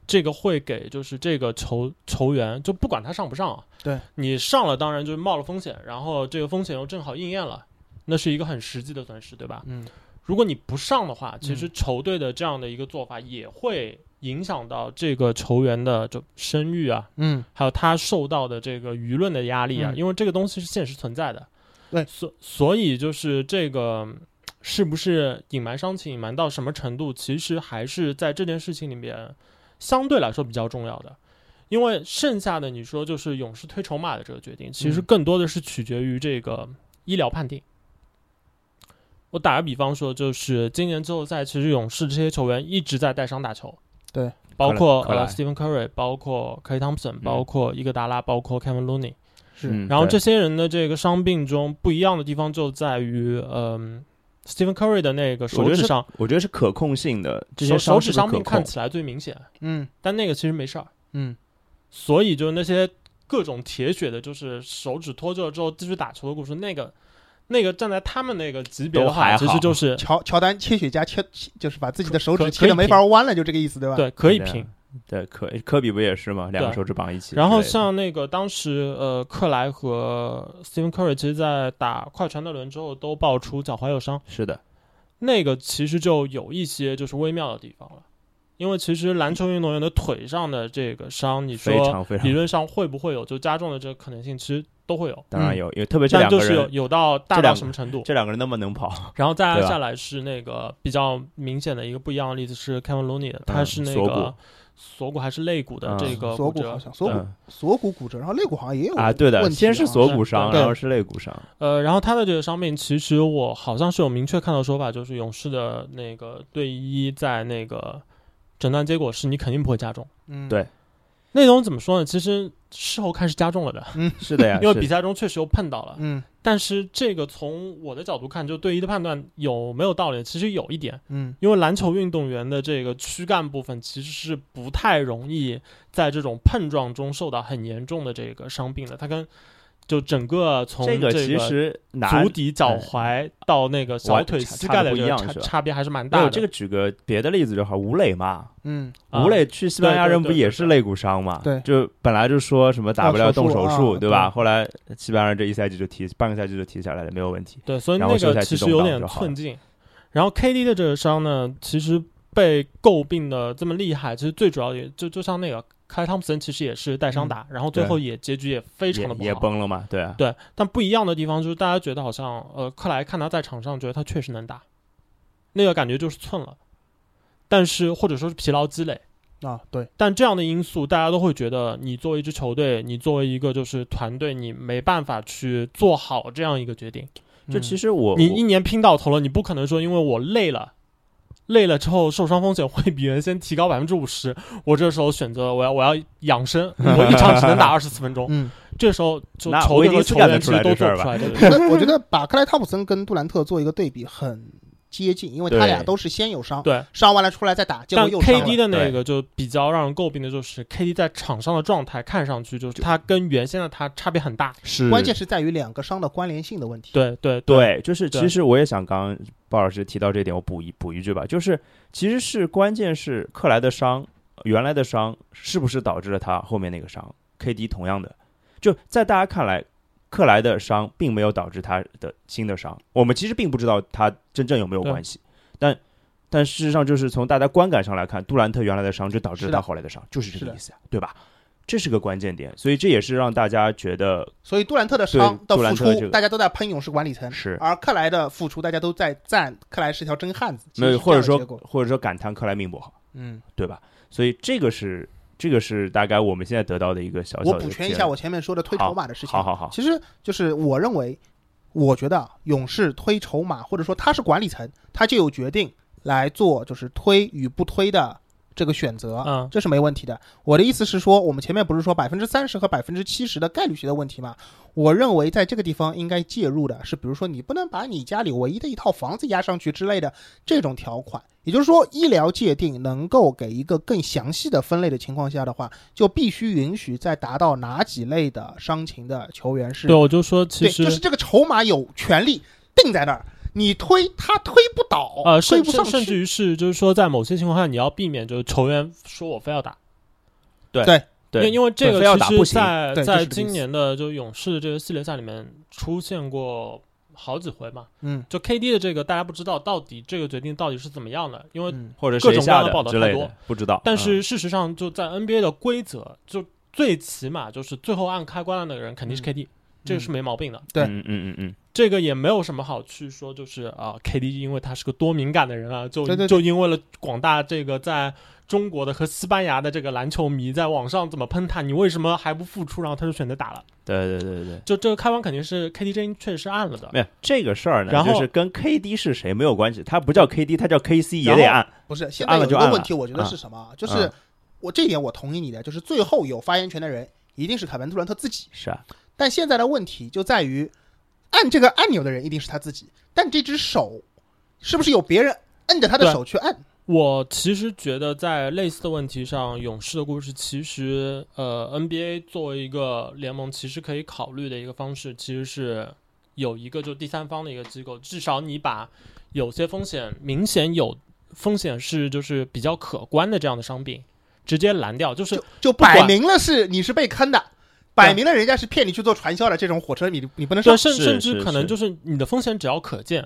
Speaker 3: 这个会给就是这个球球员，就不管他上不上啊，
Speaker 1: 对
Speaker 3: 你上了当然就是冒了风险，然后这个风险又正好应验了，那是一个很实际的损失，对吧？
Speaker 1: 嗯，
Speaker 3: 如果你不上的话，其实球队的这样的一个做法也会影响到这个球员的就声誉啊，
Speaker 1: 嗯，
Speaker 3: 还有他受到的这个舆论的压力啊，
Speaker 1: 嗯
Speaker 3: 因为这个东西是现实存在的。
Speaker 1: 对
Speaker 3: 所所以就是这个嗯是不是隐瞒伤情，隐瞒到什么程度，其实还是在这件事情里面相对来说比较重要的。因为剩下的你说就是勇士推筹码的这个决定，其实
Speaker 1: 嗯
Speaker 3: 更多的是取决于这个医疗判定。我打个比方说，就是今年季后赛，其实勇士这些球员一直在带伤打球，
Speaker 1: 对，
Speaker 3: 包括
Speaker 2: 克莱
Speaker 3: 呃 Stephen Curry，包括 Klay Thompson，包括伊戈达拉，包括 Kevin Looney，
Speaker 1: 是，
Speaker 2: 嗯
Speaker 3: 然后
Speaker 2: 对
Speaker 3: 这些人的这个伤病中不一样的地方就在于，嗯、s t e p h e n Curry 的那个手
Speaker 2: 我觉得
Speaker 3: 指
Speaker 2: 是
Speaker 3: 上，
Speaker 2: 我觉得是可控性的，这些
Speaker 3: 手手
Speaker 2: 伤
Speaker 3: 指
Speaker 2: 是
Speaker 3: 伤
Speaker 2: 可
Speaker 3: 病看
Speaker 2: 控。
Speaker 3: 起来最明显，
Speaker 1: 嗯
Speaker 3: 但那个其实没事儿。
Speaker 1: 嗯
Speaker 3: 所以就是那些各种铁血的，就是手指脱臼了之后继续打球的故事，那个那个站在他们那个级别的
Speaker 2: 都还好
Speaker 3: 话，其实就是
Speaker 1: 乔乔丹切雪茄切，就是把自己的手
Speaker 3: 可
Speaker 1: 指切
Speaker 3: 可以
Speaker 1: 的没法弯了，就这个意思，对吧？，啊
Speaker 3: 对可以
Speaker 2: 对
Speaker 3: 平。
Speaker 2: 对，科科比不也是吗？两个
Speaker 3: 对
Speaker 2: 手指绑一起之类的。
Speaker 3: 然后像那个当时呃克莱和 Stephen Curry 其实，在打快船的轮之后都爆出脚踝有伤。
Speaker 2: 是的，
Speaker 3: 那个其实就有一些就是微妙的地方了，因为其实篮球运动员的腿上的这个伤，你
Speaker 2: 非
Speaker 3: 说
Speaker 2: 常非常
Speaker 3: 理论上会不会有就加重的这个可能性，其实都会有，
Speaker 2: 当然有，因为特别这
Speaker 3: 但
Speaker 2: 两个
Speaker 3: 嗯就是有
Speaker 2: 人，
Speaker 3: 有到大
Speaker 2: 这两
Speaker 3: 到
Speaker 2: 个
Speaker 3: 什么程度。
Speaker 2: 这两个人那么能跑，
Speaker 3: 然后再
Speaker 2: 对吧
Speaker 3: 下来是那个比较明显的一个不一样的例子是 Kevin l o n e y 他是那
Speaker 2: 嗯锁
Speaker 3: 个
Speaker 2: 骨
Speaker 3: 锁骨还是肋骨的
Speaker 2: 嗯
Speaker 3: 这个
Speaker 1: 锁
Speaker 3: 骨
Speaker 1: 骨
Speaker 3: 折
Speaker 1: 好，像锁骨
Speaker 2: 嗯
Speaker 1: 锁骨骨折，然后肋骨好像也有
Speaker 2: 啊，对的，
Speaker 1: 问题
Speaker 2: 先是
Speaker 1: 啊
Speaker 2: 锁骨
Speaker 3: 是
Speaker 2: 伤，
Speaker 1: 对
Speaker 2: 然后是肋骨伤，
Speaker 3: 呃，然后他的这个伤病，其实我好像是有明确看到说法，就是勇士的那个队医在那个诊断结果是你肯定不会加重。
Speaker 1: 嗯
Speaker 2: 对
Speaker 3: 内容怎么说呢？其实事后看是加重了的，
Speaker 2: 是的呀，
Speaker 3: 因为
Speaker 2: 啊是
Speaker 3: 比赛中确实又碰到了。
Speaker 1: 嗯
Speaker 3: 但是这个从我的角度看，就对一的判断有没有道理，其实有一点，
Speaker 1: 嗯
Speaker 3: 因为篮球运动员的这个躯干部分其实是不太容易在这种碰撞中受到很严重的这个伤病的。它跟就整个从
Speaker 2: 这
Speaker 3: 个
Speaker 2: 个其实拿
Speaker 3: 足底、脚踝到那个小腿、
Speaker 2: 完
Speaker 3: 膝盖的这个
Speaker 2: 差差得不一样
Speaker 3: 差
Speaker 2: 是吧
Speaker 3: 差别还是蛮
Speaker 2: 没
Speaker 3: 大
Speaker 2: 有
Speaker 3: 的。
Speaker 2: 这个举个别的例子就好，吴磊嘛，
Speaker 1: 嗯，
Speaker 3: 啊
Speaker 2: 吴磊去西班牙人
Speaker 3: 对对
Speaker 2: 不也是肋骨伤嘛？
Speaker 1: 对
Speaker 2: 就本来就说什么打不了动手
Speaker 1: 要手
Speaker 2: 术，
Speaker 1: 术
Speaker 2: 对吧？
Speaker 1: 啊
Speaker 2: 后来西班牙人这一赛季就提，半个赛季就提下来了，没有问题。
Speaker 3: 对，所以
Speaker 2: 然
Speaker 3: 那
Speaker 2: 后休赛
Speaker 3: 个
Speaker 2: 期
Speaker 3: 其实
Speaker 2: 中
Speaker 3: 有
Speaker 2: 档
Speaker 3: 点
Speaker 2: 就好了
Speaker 3: 寸进。然后 KD 的这个伤呢，其实被诟病的这么厉害，其实最主要也就就像那个开汤普森，其实也是带伤打，然后最
Speaker 2: 对
Speaker 3: 后也结局也非常的
Speaker 2: 也也
Speaker 3: 不好。
Speaker 2: 崩了嘛，对啊，
Speaker 3: 对，但不一样的地方就是大家觉得好像呃，克莱看他在场上，觉得他确实能打，那个感觉就是寸了，但是或者说是疲劳积累。
Speaker 1: 啊，对，
Speaker 3: 但这样的因素，大家都会觉得你作为一支球队，你作为一个就是团队，你没办法去做好这样一个决定。
Speaker 2: 就
Speaker 1: 嗯
Speaker 2: 其实我
Speaker 3: 嗯你
Speaker 2: 我
Speaker 3: 一年拼到头了，你不可能说因为我累了，累了之后受伤风险会比原先提高百分之五十，我这时候选择我要我要养生，我一场只能打二十四分钟，
Speaker 1: 嗯，
Speaker 3: 这时候就
Speaker 2: 那
Speaker 3: 球
Speaker 2: 威尼
Speaker 3: 队和
Speaker 2: 斯
Speaker 3: 球
Speaker 2: 干得
Speaker 3: 员其
Speaker 2: 出来
Speaker 3: 实都
Speaker 2: 这事
Speaker 3: 做
Speaker 2: 儿
Speaker 3: 不出
Speaker 2: 吧
Speaker 3: 来这
Speaker 1: 我觉
Speaker 3: 个
Speaker 1: 得我觉得把克莱汤普森跟杜兰特做一个对比很接近，因为他
Speaker 2: 对
Speaker 1: 俩都是先有伤，
Speaker 3: 对。
Speaker 1: 伤完了出来再打，结
Speaker 3: 但
Speaker 1: 果又伤了
Speaker 3: KD 的那个就比较让人诟病的就是 KD 在场上的状态，看上去就是他跟原先的他差别很大。
Speaker 2: 是
Speaker 1: 关键是在于两个伤的关联性的问题。
Speaker 3: 对对，
Speaker 2: 对，就是其
Speaker 3: 对
Speaker 2: 实我也想刚刚鲍老师提到这点，我补一补一句吧，就是其实是关键是克莱的伤，原来的伤是不是导致了他后面那个伤？KD 同样的，就在大家看来，克莱的伤并没有导致他的新的伤，我们其实并不知道他真正有没有
Speaker 3: 对
Speaker 2: 关系，但但事实上就是从大家观感上来看，杜兰特原来的伤就导致
Speaker 1: 是
Speaker 2: 了
Speaker 1: 的
Speaker 2: 他后来的伤，就是这
Speaker 1: 是
Speaker 2: 个
Speaker 1: 的
Speaker 2: 意思呀、对吧？这是个关键点，所以这也是让大家觉得
Speaker 1: 所以杜兰特的伤
Speaker 2: 对
Speaker 1: 的
Speaker 2: 杜兰
Speaker 1: 付
Speaker 2: 特这
Speaker 1: 出，
Speaker 2: 个
Speaker 1: 大家都在喷勇士管理层，
Speaker 2: 是
Speaker 1: 而克莱的付出，大家都在赞克莱是条真汉子，
Speaker 2: 没有，
Speaker 1: 其实是这
Speaker 2: 或者
Speaker 1: 样
Speaker 2: 说
Speaker 1: 的结果，
Speaker 2: 或者说感叹克莱命不好。
Speaker 1: 嗯，
Speaker 2: 对吧？所以这个是这个是大概我们现在得到的一个小小
Speaker 1: 我
Speaker 2: 的
Speaker 1: 补
Speaker 2: 结
Speaker 1: 全一
Speaker 2: 论
Speaker 1: 下我前面说的推筹码的事情。
Speaker 2: 好好好，
Speaker 1: 其实就是我认为，我觉得啊勇士推筹码，或者说他是管理层，他就有决定来做就是推与不推的这个选择，
Speaker 3: 嗯
Speaker 1: 这是没问题的。我的意思是说，我们前面不是说百分之三十和百分之七十的概率学的问题吗？我认为在这个地方应该介入的是，比如说你不能把你家里唯一的一套房子压上去之类的这种条款。也就是说，医疗界定能够给一个更详细的分类的情况下的话，就必须允许在达到哪几类的伤情的球员是
Speaker 3: 对，我就说其
Speaker 1: 对，
Speaker 3: 实
Speaker 1: 就是这个筹码有权利定在那儿，你推他推不倒，推
Speaker 3: 呃，甚
Speaker 1: 不
Speaker 3: 甚
Speaker 1: 上
Speaker 3: 甚至
Speaker 1: 去。
Speaker 3: 于是就是说，在某些情况下，你要避免就是球员说我非要打，因
Speaker 2: 对，
Speaker 3: 为因为这
Speaker 2: 非要
Speaker 3: 个
Speaker 2: 打
Speaker 3: 其
Speaker 2: 不
Speaker 3: 实
Speaker 2: 行
Speaker 3: 在，
Speaker 1: 对
Speaker 3: 在
Speaker 1: 这是这个意
Speaker 3: 今
Speaker 1: 思
Speaker 3: 年的就勇士的这个系列赛里面出现过好几回嘛，
Speaker 1: 嗯，
Speaker 3: 就 KD 的这个大家不知道到底这个决定到底是怎么样的，因为
Speaker 1: 嗯
Speaker 2: 或者
Speaker 3: 各
Speaker 2: 谁
Speaker 3: 种各
Speaker 2: 下
Speaker 3: 样的报道
Speaker 2: 之
Speaker 3: 太
Speaker 2: 类
Speaker 3: 多
Speaker 2: 的，不知道。
Speaker 3: 但
Speaker 2: 嗯
Speaker 3: 是事实上就在 NBA 的规则，就最起码就是最后按开关的那个人肯定是
Speaker 1: 嗯
Speaker 3: KD，、这个是没毛病的，
Speaker 1: 对
Speaker 2: 嗯嗯嗯嗯，
Speaker 3: 这个也没有什么好去说，就是啊，KD 因为他是个多敏感的人啊，就
Speaker 1: 对对对
Speaker 3: 就因为了广大这个在中国的和西班牙的这个篮球迷在网上怎么喷他，你为什么还不付出？然后他就选择打了，
Speaker 2: 对对对对。
Speaker 3: 就这个开关肯定是 KD 这确实是按了的，
Speaker 2: 没有这个事儿呢，
Speaker 3: 然后
Speaker 2: 就是跟 KD 是谁没有关系，他不叫 KD，他叫 KC 也
Speaker 3: 然后
Speaker 2: 得按。
Speaker 1: 不是，现
Speaker 2: 按
Speaker 1: 在有一
Speaker 2: 了就
Speaker 1: 个
Speaker 2: 按
Speaker 1: 问
Speaker 2: 了
Speaker 1: 题，我觉得
Speaker 2: 啊
Speaker 1: 是什么啊？就是
Speaker 2: 啊
Speaker 1: 我这一点我同意你的，就是最后有发言权的人一定是凯文杜兰特自己。
Speaker 2: 是啊，
Speaker 1: 但现在的问题就在于，按这个按钮的人一定是他自己，但这只手是不是有别人摁着他的
Speaker 3: 对
Speaker 1: 手去按？
Speaker 3: 我其实觉得，在类似的问题上，勇士的故事其实，呃，NBA 作为一个联盟，其实可以考虑的一个方式，其实是有一个就第三方的一个机构，至少你把有些风险明显有风险是就是比较可观的这样的商品直接拦掉，就是
Speaker 1: 就就
Speaker 3: 管
Speaker 1: 摆明了是你是被坑的，摆明了人家是骗你去做传销的，这种火车你你不能上
Speaker 3: 对，。甚
Speaker 2: 是
Speaker 3: 甚
Speaker 2: 是
Speaker 3: 至可能就是你的风险只要可见，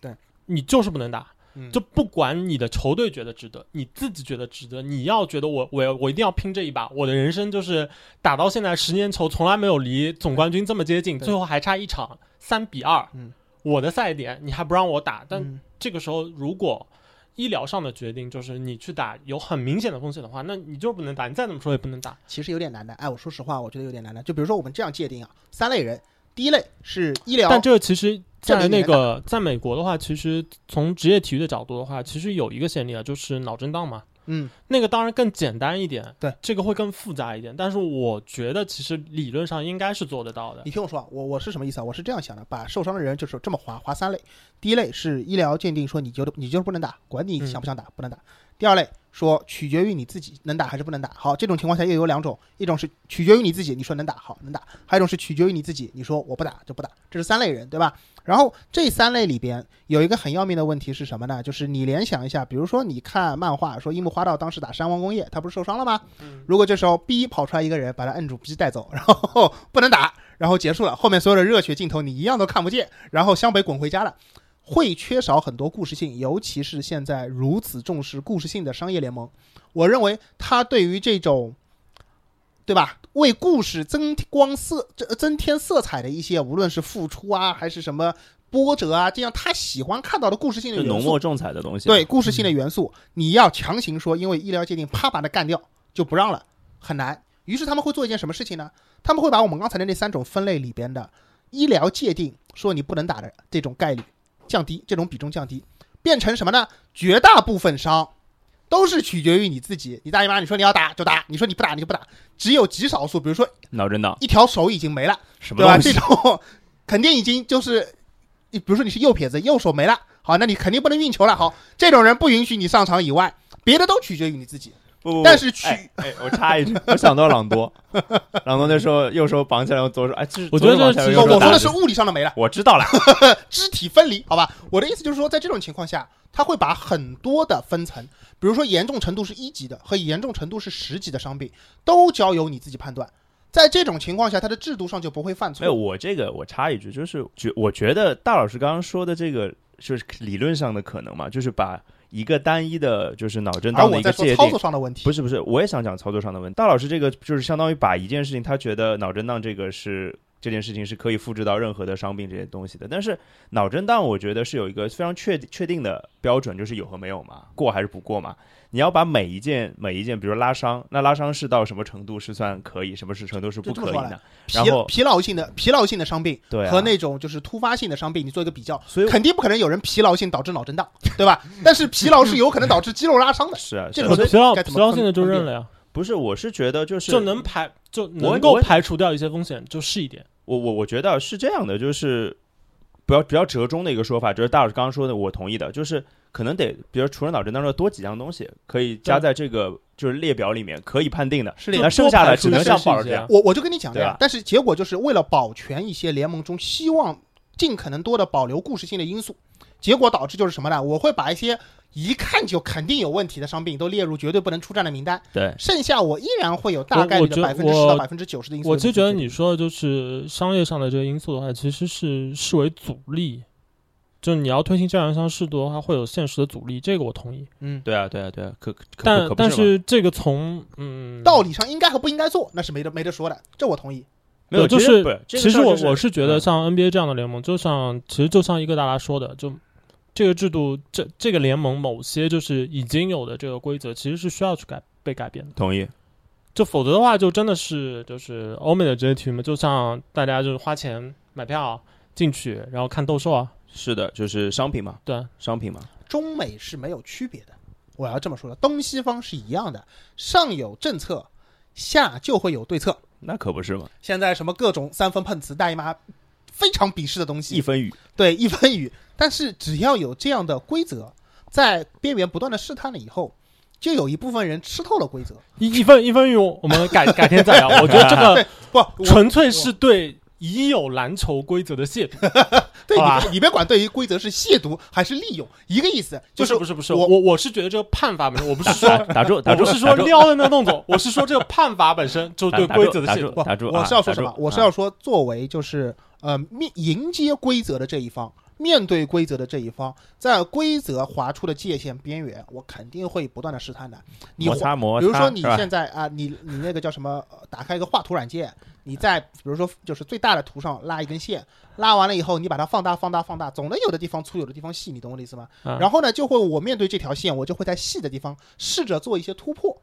Speaker 1: 对，
Speaker 3: 你就是不能打。
Speaker 1: 嗯
Speaker 3: 就不管你的球队觉得值得，你自己觉得值得，你要觉得我我我一定要拼这一把，我的人生就是打到现在十年球从来没有离总冠军这么接近，
Speaker 1: 对
Speaker 3: 最后还差一场三比二，
Speaker 1: 嗯
Speaker 3: 我的赛点你还不让我打，但
Speaker 1: 嗯
Speaker 3: 这个时候如果医疗上的决定就是你去打有很明显的风险的话，那你就是不能打，你再怎么说也不能打，
Speaker 1: 其实有点难的。哎，我说实话，我觉得有点难的。就比如说我们这样界定啊，三类人，第一类是医疗，
Speaker 3: 但这个其实，
Speaker 1: 这
Speaker 3: 在
Speaker 1: 里
Speaker 3: 那
Speaker 1: 面
Speaker 3: 个在美国的话，其实从职业体育的角度的话，其实有一个先例啊，就是脑震荡嘛。
Speaker 1: 嗯，
Speaker 3: 那个当然更简单一点，
Speaker 1: 对，
Speaker 3: 这个会更复杂一点。但是我觉得其实理论上应该是做得到的
Speaker 1: 你。听我说啊，我我是什么意思啊？我是这样想的，把受伤的人就是这么划划三类，第一类是医疗鉴定说你觉得你就是不能打，管你
Speaker 3: 嗯
Speaker 1: 想不想打，不能打。第二类说取决于你自己能打还是不能打。好，这种情况下又有两种，一种是取决于你自己，你说能打好能打；还有一种是取决于你自己，你说我不打就不打。这是三类人，对吧？然后这三类里边有一个很要命的问题是什么呢？就是你联想一下，比如说你看漫画，说樱木花道当时打山王工业，他不是受伤了吗？
Speaker 3: 嗯，
Speaker 1: 如果这时候 B 跑出来一个人，把他摁住，B 带走，然后不能打，然后结束了，后面所有的热血镜头你一样都看不见，然后湘北滚回家了，会缺少很多故事性，尤其是现在如此重视故事性的商业联盟，我认为他对于这种，对吧，为故事增光色增增添色彩的一些，无论是付出啊，还是什么波折啊，这样他喜欢看到的故事性的
Speaker 2: 就
Speaker 1: 元
Speaker 2: 浓
Speaker 1: 素
Speaker 2: 墨，重彩的东西。
Speaker 1: 对，故事性的元素，你要强行说，因为医疗界定，啪把它干掉就不让了，很难。于是他们会做一件什么事情呢？他们会把我们刚才的那三种分类里边的医疗界定说你不能打的这种概率降低，这种比重降低，变成什么呢？绝大部分伤都是取决于你自己。你大姨妈，你说你要打就打，你说你不打你就不打，只有极少数，比如说
Speaker 2: 脑震荡
Speaker 1: 一条手已经没了。
Speaker 2: 什么
Speaker 1: 对吧？
Speaker 2: 东
Speaker 1: 这
Speaker 2: 西？
Speaker 1: 种肯定已经就是，你比如说你是右撇子，右手没了，好，那你肯定不能运球了。好，这种人不允许你上场以外，别的都取决于你自己。
Speaker 2: 不不不
Speaker 1: 但是取
Speaker 2: 哎，哎我插一句，我想到朗多，朗多那时候右手绑起来，用左手，哎，这是
Speaker 3: 我觉得
Speaker 2: 左手绑起来
Speaker 3: 这
Speaker 2: 用
Speaker 3: 是
Speaker 1: 我
Speaker 2: 右手
Speaker 1: 我
Speaker 2: 打
Speaker 1: 说的是物理上的没了，
Speaker 2: 我知道了，
Speaker 1: 肢体分离，好吧？我的意思就是说，在这种情况下，他会把很多的分层，比如说严重程度是一级的和严重程度是十级的伤病，都交由你自己判断。在这种情况下，他的制度上就不会犯
Speaker 2: 没有，
Speaker 1: 错。
Speaker 2: 我这个我插一句，就是觉我觉得大老师刚刚说的这个，就是理论上的可能嘛，就是把一个单一的，就是脑震
Speaker 1: 而
Speaker 2: 荡
Speaker 1: 啊
Speaker 2: 的
Speaker 1: 我
Speaker 2: 一
Speaker 1: 在
Speaker 2: 个
Speaker 1: 说
Speaker 2: 界
Speaker 1: 操
Speaker 2: 定
Speaker 1: 作，上的问题，
Speaker 2: 不是不是，我也想讲操作上的问题。大老师这个就是相当于把一件事情，他觉得脑震荡这个是这件事情是可以复制到任何的伤病这些东西的。但是脑震荡，我觉得是有一个非常确确定的标准，就是有和没有嘛，过还是不过嘛。你要把每一件每一件，比如拉伤，那拉伤是到什么程度是算可以，什么是程度是不
Speaker 1: 就这么
Speaker 2: 可以
Speaker 1: 说
Speaker 2: 的
Speaker 1: 来？疲
Speaker 2: 然后
Speaker 1: 疲劳性的疲劳性的伤病
Speaker 2: 对、啊，
Speaker 1: 和那种就是突发性的伤病，你做一个比较，
Speaker 2: 所以我
Speaker 1: 肯定不可能有人疲劳性导致脑震荡， 对吧？但是疲劳是有可能导致肌肉拉伤 的。
Speaker 2: 是啊，
Speaker 1: 这
Speaker 2: 是啊
Speaker 1: 种
Speaker 2: 所以
Speaker 3: 疲劳
Speaker 1: 该怎
Speaker 3: 疲
Speaker 1: 么
Speaker 3: 劳
Speaker 1: 分
Speaker 3: 性的就
Speaker 1: 分
Speaker 3: 认
Speaker 1: 辨
Speaker 3: 了呀，
Speaker 2: 不是，我是觉得就是
Speaker 3: 就能排就
Speaker 2: 我
Speaker 3: 能够
Speaker 2: 我
Speaker 3: 排除掉一些风险，就是一点。
Speaker 2: 我我我觉得是这样的，就是比较比较折中的一个说法，就是大老师刚刚说的，我同意的，就是可能得，比如除了脑震荡之外，多几样东西可以加在这个就是列表里面可以判定的，
Speaker 1: 是的
Speaker 2: 那剩下的只能像
Speaker 3: 多
Speaker 2: 鲍
Speaker 3: 排
Speaker 2: 尔
Speaker 3: 除
Speaker 2: 这
Speaker 3: 一些
Speaker 2: 样，
Speaker 1: 我我就跟你讲这
Speaker 2: 对
Speaker 1: 样
Speaker 3: 啊
Speaker 2: 吧，
Speaker 1: 但是结果就是为了保全一些联盟中希望尽可能多的保留故事性的因素，结果导致就是什么呢？我会把一些一看就肯定有问题的伤病都列入绝对不能出战的名单，
Speaker 2: 对，
Speaker 1: 剩下我依然会有大概
Speaker 3: 我
Speaker 1: 率的
Speaker 3: 我觉
Speaker 1: 百分之十
Speaker 3: 我
Speaker 1: 到百分之九十的因素。
Speaker 3: 我就觉得你说的就是商业上的这个因素的话，其实是视为阻力。就你要推行这两项制度的话，会有现实的阻力，这个我同意。
Speaker 1: 嗯，
Speaker 2: 对啊，对啊，对啊，可可
Speaker 3: 但
Speaker 2: 可不
Speaker 3: 但
Speaker 2: 嘛
Speaker 3: 是这个从嗯
Speaker 1: 道理上应该和不应该做，那是没得没得说的，这我同意。
Speaker 2: 没有
Speaker 3: 对就
Speaker 2: 其实不
Speaker 3: 是
Speaker 2: 是这个
Speaker 3: 其
Speaker 2: 事
Speaker 3: 实
Speaker 2: 儿
Speaker 3: 我
Speaker 2: 就是
Speaker 3: 我是觉得
Speaker 2: 嗯
Speaker 3: 像 NBA 这样的联盟，就像其实就像一个大大说的，就这个制度，这这个联盟某些就是已经有的这个规则，其实是需要去改被改变的。
Speaker 2: 同意，
Speaker 3: 就否则的话，就真的是就是欧美的这些体育嘛，就像大家就是花钱买票进去，然后看斗兽啊，
Speaker 2: 是的，就是商品嘛，
Speaker 3: 对，
Speaker 2: 商品嘛，
Speaker 1: 中美是没有区别的。我要这么说了，东西方是一样的，上有政策，下就会有对策。
Speaker 2: 那可不是嘛，
Speaker 1: 现在什么各种三分碰瓷、大姨妈，非常鄙视的东
Speaker 2: 一
Speaker 1: 西，
Speaker 2: 分雨，
Speaker 1: 对一分雨。但是只要有这样的规则，在边缘不断的试探了以后，就有一部分人吃透了规则。
Speaker 3: 一一分一分雨，我们改改天再聊。我觉得这个
Speaker 1: 不，我
Speaker 3: 纯粹是对已有篮球规则的亵渎，
Speaker 1: 对
Speaker 3: 好吧
Speaker 1: 你别你别管对于规则是亵渎还是利用，一个意思，就是
Speaker 3: 不是不是不是，
Speaker 1: 我
Speaker 3: 我我是觉得这个判罚本身，我不是说
Speaker 2: 打打住，打
Speaker 3: 我
Speaker 2: 住，
Speaker 3: 不啊是说
Speaker 2: 打住
Speaker 3: 撩的那个动作， 我是说这个判罚本身就对
Speaker 2: 打
Speaker 3: 规则的
Speaker 2: 打
Speaker 3: 亵
Speaker 2: 住
Speaker 3: 渎。
Speaker 1: 不
Speaker 2: 打住，
Speaker 1: 我
Speaker 2: 啊
Speaker 1: 是要说
Speaker 2: 打
Speaker 1: 什
Speaker 2: 住
Speaker 1: 么？我是
Speaker 2: 啊
Speaker 1: 要说，作为就是呃面迎接规则的这一方，面对规则的这一方，在规则划出的界限边缘，我肯定会不断的试探的。你
Speaker 2: 摩
Speaker 1: 划，
Speaker 2: 擦摩
Speaker 1: 比
Speaker 2: 擦，
Speaker 1: 如说你
Speaker 2: 是吧
Speaker 1: 现在啊，你你那个叫什么？呃打开一个画图软件，你在比如说就是最大的图上拉一根线，拉完了以后，你把它放大放大放大，总能有的地方粗，有的地方细，你懂我的意思吗？
Speaker 3: 嗯
Speaker 1: 然后呢，就会我面对这条线，我就会在细的地方试着做一些突破。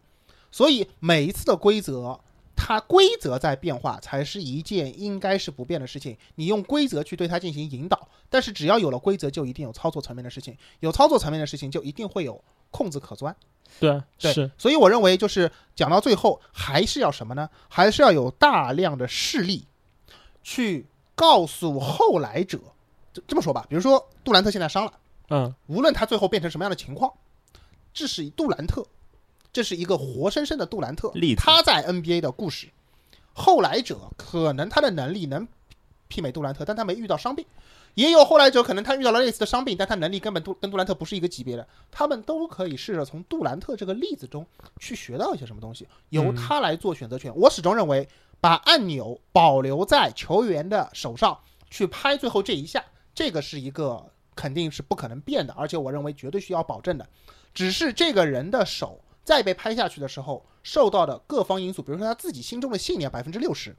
Speaker 1: 所以每一次的规则，它规则在变化，才是一件应该是不变的事情。你用规则去对它进行引导，但是只要有了规则，就一定有操作层面的事情，有操作层面的事情，就一定会有空子可钻。
Speaker 3: 对，
Speaker 1: 对
Speaker 3: 是
Speaker 1: 所以我认为，就是讲到最后，还是要什么呢？还是要有大量的事例去告诉后来者。这这么说吧，比如说杜兰特现在伤了。
Speaker 3: 嗯，
Speaker 1: 无论他最后变成什么样的情况，这是杜兰特，这是一个活生生的杜兰特
Speaker 2: 例子
Speaker 1: 他在 NBA 的故事，后来者可能他的能力能媲美杜兰特，但他没遇到伤病；也有后来者可能他遇到了类似的伤病，但他能力根本杜跟杜兰特不是一个级别的。他们都可以试着从杜兰特这个例子中去学到一些什么东西，由
Speaker 3: 嗯
Speaker 1: 他来做选择权。我始终认为，把按钮保留在球员的手上去拍最后这一下，这个是一个肯定是不可能变的，而且我认为绝对需要保证的。只是这个人的手在被拍下去的时候，受到的各方因素，比如说他自己心中的信念百分之六十，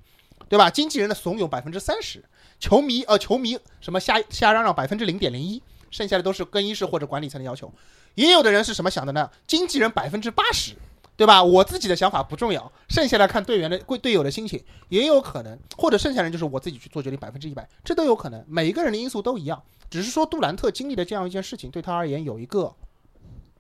Speaker 1: 对吧？经纪人的怂恿百分之三十，球迷呃球迷什么瞎瞎嚷嚷百分之零点零一，剩下的都是更衣室或者管理层的要求。也有的人是什么想的呢？经纪人百分之八十。对吧？我自己的想法不重要，剩下的看队员的队队友的心情，也有可能，或者剩下人就是我自己去做决定，百分之一百，这都有可能。每一个人的因素都一样，只是说杜兰特经历的这样一件事情，对他而言有一个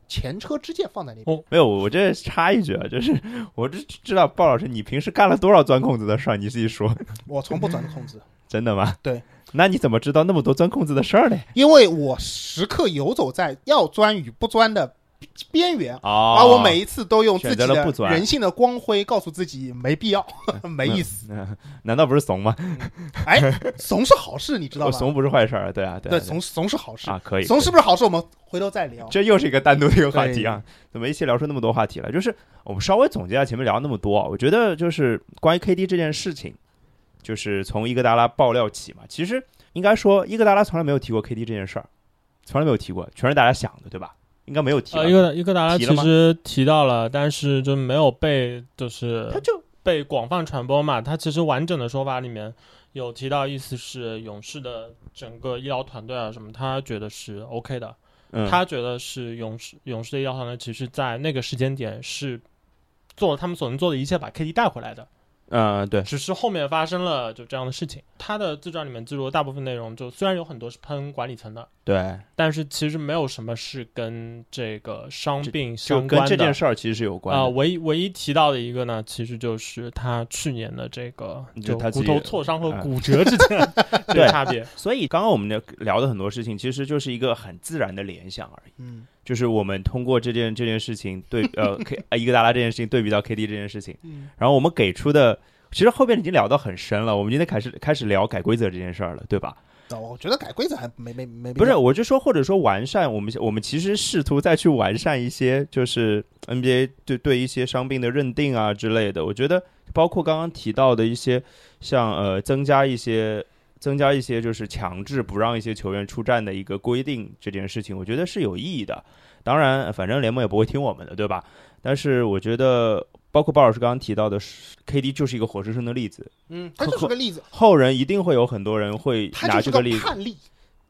Speaker 1: 前车之鉴放在那边。
Speaker 2: 没有，我这插一句啊，就是 我这知道鲍老师，你平时干了多少钻空子的事儿？你自己说，
Speaker 1: 我从不钻空子，
Speaker 2: 真的吗？
Speaker 1: 对，
Speaker 2: 那你怎么知道那么多钻空子的事儿嘞？
Speaker 1: 因为我时刻游走在要钻与不钻的边缘，
Speaker 2: 哦
Speaker 1: 啊而我每一次都用自己
Speaker 2: 选择了不
Speaker 1: 的
Speaker 2: 钻
Speaker 1: 人性的光辉告诉自己没必 要，没意思。
Speaker 2: 哦难道不是怂吗？
Speaker 1: 哎，怂是好事，你知道
Speaker 2: 我
Speaker 1: 吧？
Speaker 2: 怂不是坏事儿，对啊，对啊
Speaker 1: 对，怂怂是好事，
Speaker 2: 啊，可以，
Speaker 1: 怂是不是好事？我们回头再聊。
Speaker 2: 这又是一个单独的一个话题啊！怎么一起聊出那么多话题来？就是我们稍微总结一下前面聊那么多啊，我觉得就是关于 KD 这件事情，就是从伊戈达拉爆料起嘛。其实应该说，伊戈达拉从来没有提过 KD 这件事儿，从来没有提过，全是大家想的，对吧？应该没有提吧。
Speaker 3: 呃，伊戈达伊戈达拉
Speaker 2: 提
Speaker 3: 其
Speaker 2: 了吗
Speaker 3: 实提到了，但是就没有被就是
Speaker 2: 他就
Speaker 3: 被广泛传播嘛。它其实完整的说法里面有提到意思是勇士的整个医疗团队啊什么，他觉得是 OK 的，
Speaker 2: 嗯，
Speaker 3: 他觉得是勇士勇士的医疗团队其实在那个时间点是做了他们所能做的一切把 KD 带回来的，
Speaker 2: 嗯对，
Speaker 3: 只是后面发生了就这样的事情。他的自传里面记录的大部分内容就虽然有很多是喷管理层的，
Speaker 2: 对，
Speaker 3: 但是其实没有什么是跟这个伤病
Speaker 2: 就
Speaker 3: 相关
Speaker 2: 跟
Speaker 3: 的
Speaker 2: 这件事儿其实是有关
Speaker 3: 啊、
Speaker 2: 的。
Speaker 3: 唯一唯一提到的一个呢，其实就是他去年的这个
Speaker 2: 就
Speaker 3: 就
Speaker 2: 他自己
Speaker 3: 骨头挫伤和
Speaker 2: 啊
Speaker 3: 骨折之 间
Speaker 2: 对
Speaker 3: 的差别。
Speaker 2: 所以刚刚我们聊聊的很多事情，其实就是一个很自然的联想而已。
Speaker 1: 嗯
Speaker 2: 就是我们通过这件这件事情对呃 K 呃伊戈达拉这件事情对比到 KD 这件事情，
Speaker 1: 嗯，
Speaker 2: 然后我们给出的，其实后边已经聊到很深了。我们今天开始开始聊改规则这件事儿了，对吧？
Speaker 1: 那我觉得改规则还没没没必
Speaker 2: 不是，
Speaker 1: 要
Speaker 2: 我就说或者说完善，我们我们其实试图再去完善一些，就是 NBA 对对一些伤病的认定啊之类的。我觉得包括刚刚提到的一些，像呃增加一些增加一些就是强制不让一些球员出战的一个规定这件事情，我觉得是有意义的。当然，反正联盟也不会听我们的，对吧？但是我觉得，包括鲍老师刚刚提到的是，KD 就是一个活生生的例子，
Speaker 1: 嗯，它就是个例子，
Speaker 2: 后人一定会有很多人会
Speaker 1: 它
Speaker 2: 拿
Speaker 1: 就是
Speaker 2: 这个
Speaker 1: 个
Speaker 2: 例子
Speaker 1: 判例，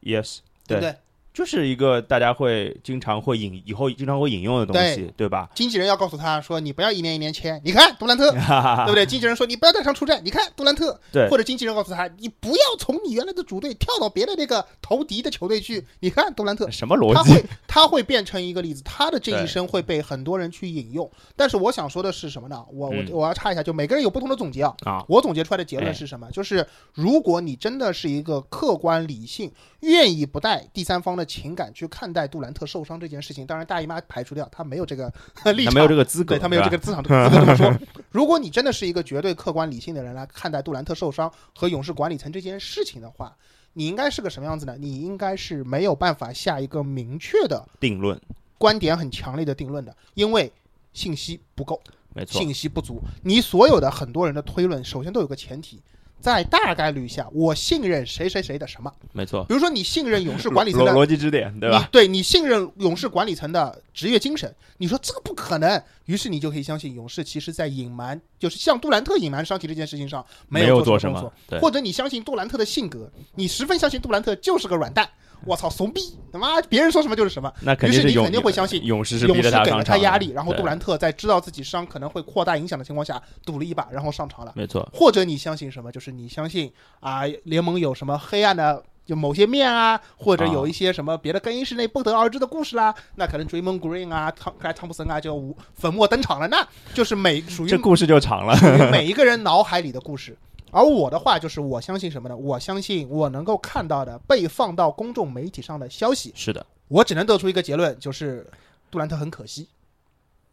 Speaker 2: ，yes。
Speaker 1: 对不对？
Speaker 2: 就是一个大家会经常会引以后经常会引用的东西，对吧？
Speaker 1: 经纪人要告诉他说，你不要一年一年签，你看杜兰 特，对不对？经纪人说你不要带伤出战，你看杜兰特，
Speaker 2: 对
Speaker 1: 或者经纪人告诉他，你不要从你原来的主队跳到别的那个投敌的球队去，你看杜兰特，
Speaker 2: 什么逻
Speaker 1: 他
Speaker 2: 辑？
Speaker 1: 会他会变成一个例子，他的这
Speaker 2: 对
Speaker 1: 一生会被很多人去引用。但是我想说的是什么呢？我我
Speaker 2: 嗯
Speaker 1: 我要插一下，就每个人有不同的总结啊。
Speaker 2: 啊，
Speaker 1: 我总结出来的结
Speaker 2: 哎
Speaker 1: 论是什么？就是如果你真的是一个客观理性、愿意不带第三方的情感去看待杜兰特受伤这件事情，当然大姨妈排除掉，她没有这个 立
Speaker 2: 他
Speaker 1: 场，
Speaker 2: 没有这个资格，
Speaker 1: 对他没有这
Speaker 2: 是
Speaker 1: 个
Speaker 2: 吧
Speaker 1: 资产资格这么说。如果你真的是一个绝对客观理性的人来看待杜兰特受伤和勇士管理层这件事情的话，你应该是个什么样子呢？你应该是没有办法下一个明确的
Speaker 2: 定论，
Speaker 1: 观点很强烈的定论的，因为信息不够，
Speaker 2: 没错，
Speaker 1: 信息不足。你所有的很多人的推论，首先都有个前提。在大概率下，我信任谁谁谁的什么？
Speaker 2: 没错，
Speaker 1: 比如说，你信任勇士管理层
Speaker 2: 逻
Speaker 1: 的
Speaker 2: 逻辑支点，对吧？
Speaker 1: 你对你信任勇士管理层的职业精神，你说这个不可能，于是你就可以相信勇士其实在隐瞒，就是像杜兰特隐瞒伤情这件事情上
Speaker 2: 没
Speaker 1: 有
Speaker 2: 做
Speaker 1: 什么动
Speaker 2: 么
Speaker 1: 作，，
Speaker 2: 对，
Speaker 1: 或者你相信杜兰特的性格，你十分相信杜兰特就是个软蛋，我操，怂逼，他妈别人说什么就是什么。
Speaker 2: 那肯定
Speaker 1: 于是你
Speaker 2: 勇，
Speaker 1: 肯定会相信
Speaker 2: 勇士是
Speaker 1: 勇
Speaker 2: 逼着
Speaker 1: 士给
Speaker 2: 上
Speaker 1: 了
Speaker 2: 场
Speaker 1: 他
Speaker 2: 的
Speaker 1: 压力，然后
Speaker 2: 对
Speaker 1: 杜兰特在知道自己伤可能会扩大影响的情况下赌了一把，然后上场了。
Speaker 2: 没错，
Speaker 1: 或者你相信什么？就是你相信啊，联盟有什么黑暗的就某些面啊，或者
Speaker 2: 啊
Speaker 1: 有一些什么别的更衣室内不得而知的故事啦、那可能 Draymond Green 啊、汤克莱汤普森啊就无粉墨登场了，那就是每属于
Speaker 2: 这故事就长了，
Speaker 1: 属于每一个人脑海里的故事。而我的话就是，我相信什么呢？我相信我能够看到的被放到公众媒体上的消息，
Speaker 2: 是的，
Speaker 1: 我只能得出一个结论，就是杜兰特很可惜。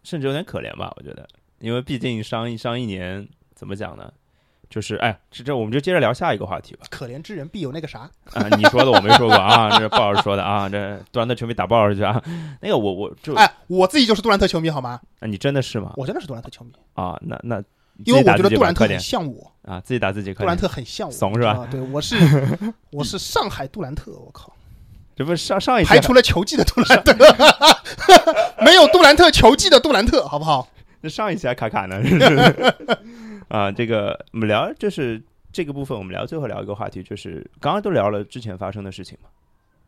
Speaker 2: 甚至有点可怜吧，我觉得，因为毕竟伤一伤一年，怎么讲呢？就是哎，这这我们就接着聊下一个话题吧。
Speaker 1: 可怜之人必有那个啥，
Speaker 2: 啊，你说的我没说过啊，这鲍老师说的啊，这杜兰特球迷打鲍老师去啊。那个我我就、
Speaker 1: 哎，我自己就是杜兰特球迷好吗？
Speaker 2: 啊你真的是吗？
Speaker 1: 我真的是杜兰特球迷，
Speaker 2: 啊，那那
Speaker 1: 因为
Speaker 2: 自己打
Speaker 1: 我觉得
Speaker 2: 自己
Speaker 1: 杜
Speaker 2: 吧
Speaker 1: 兰特
Speaker 2: 快
Speaker 1: 很
Speaker 2: 点
Speaker 1: 像我，
Speaker 2: 啊，自己打自己快
Speaker 1: 杜兰
Speaker 2: 点，
Speaker 1: 特很像我，
Speaker 2: 怂是吧
Speaker 1: 啊？对，我 是我是上海杜兰特，我靠，
Speaker 2: 这不是上上一
Speaker 1: 排
Speaker 2: 期啊
Speaker 1: 除了球技的杜兰特， 没有杜兰特球技的杜兰特，好不好？
Speaker 2: 那 上一期还 卡卡呢，啊，这个我们聊就是这个部分，我们聊最后聊一个话题，就是刚刚都聊了之前发生的事情嘛，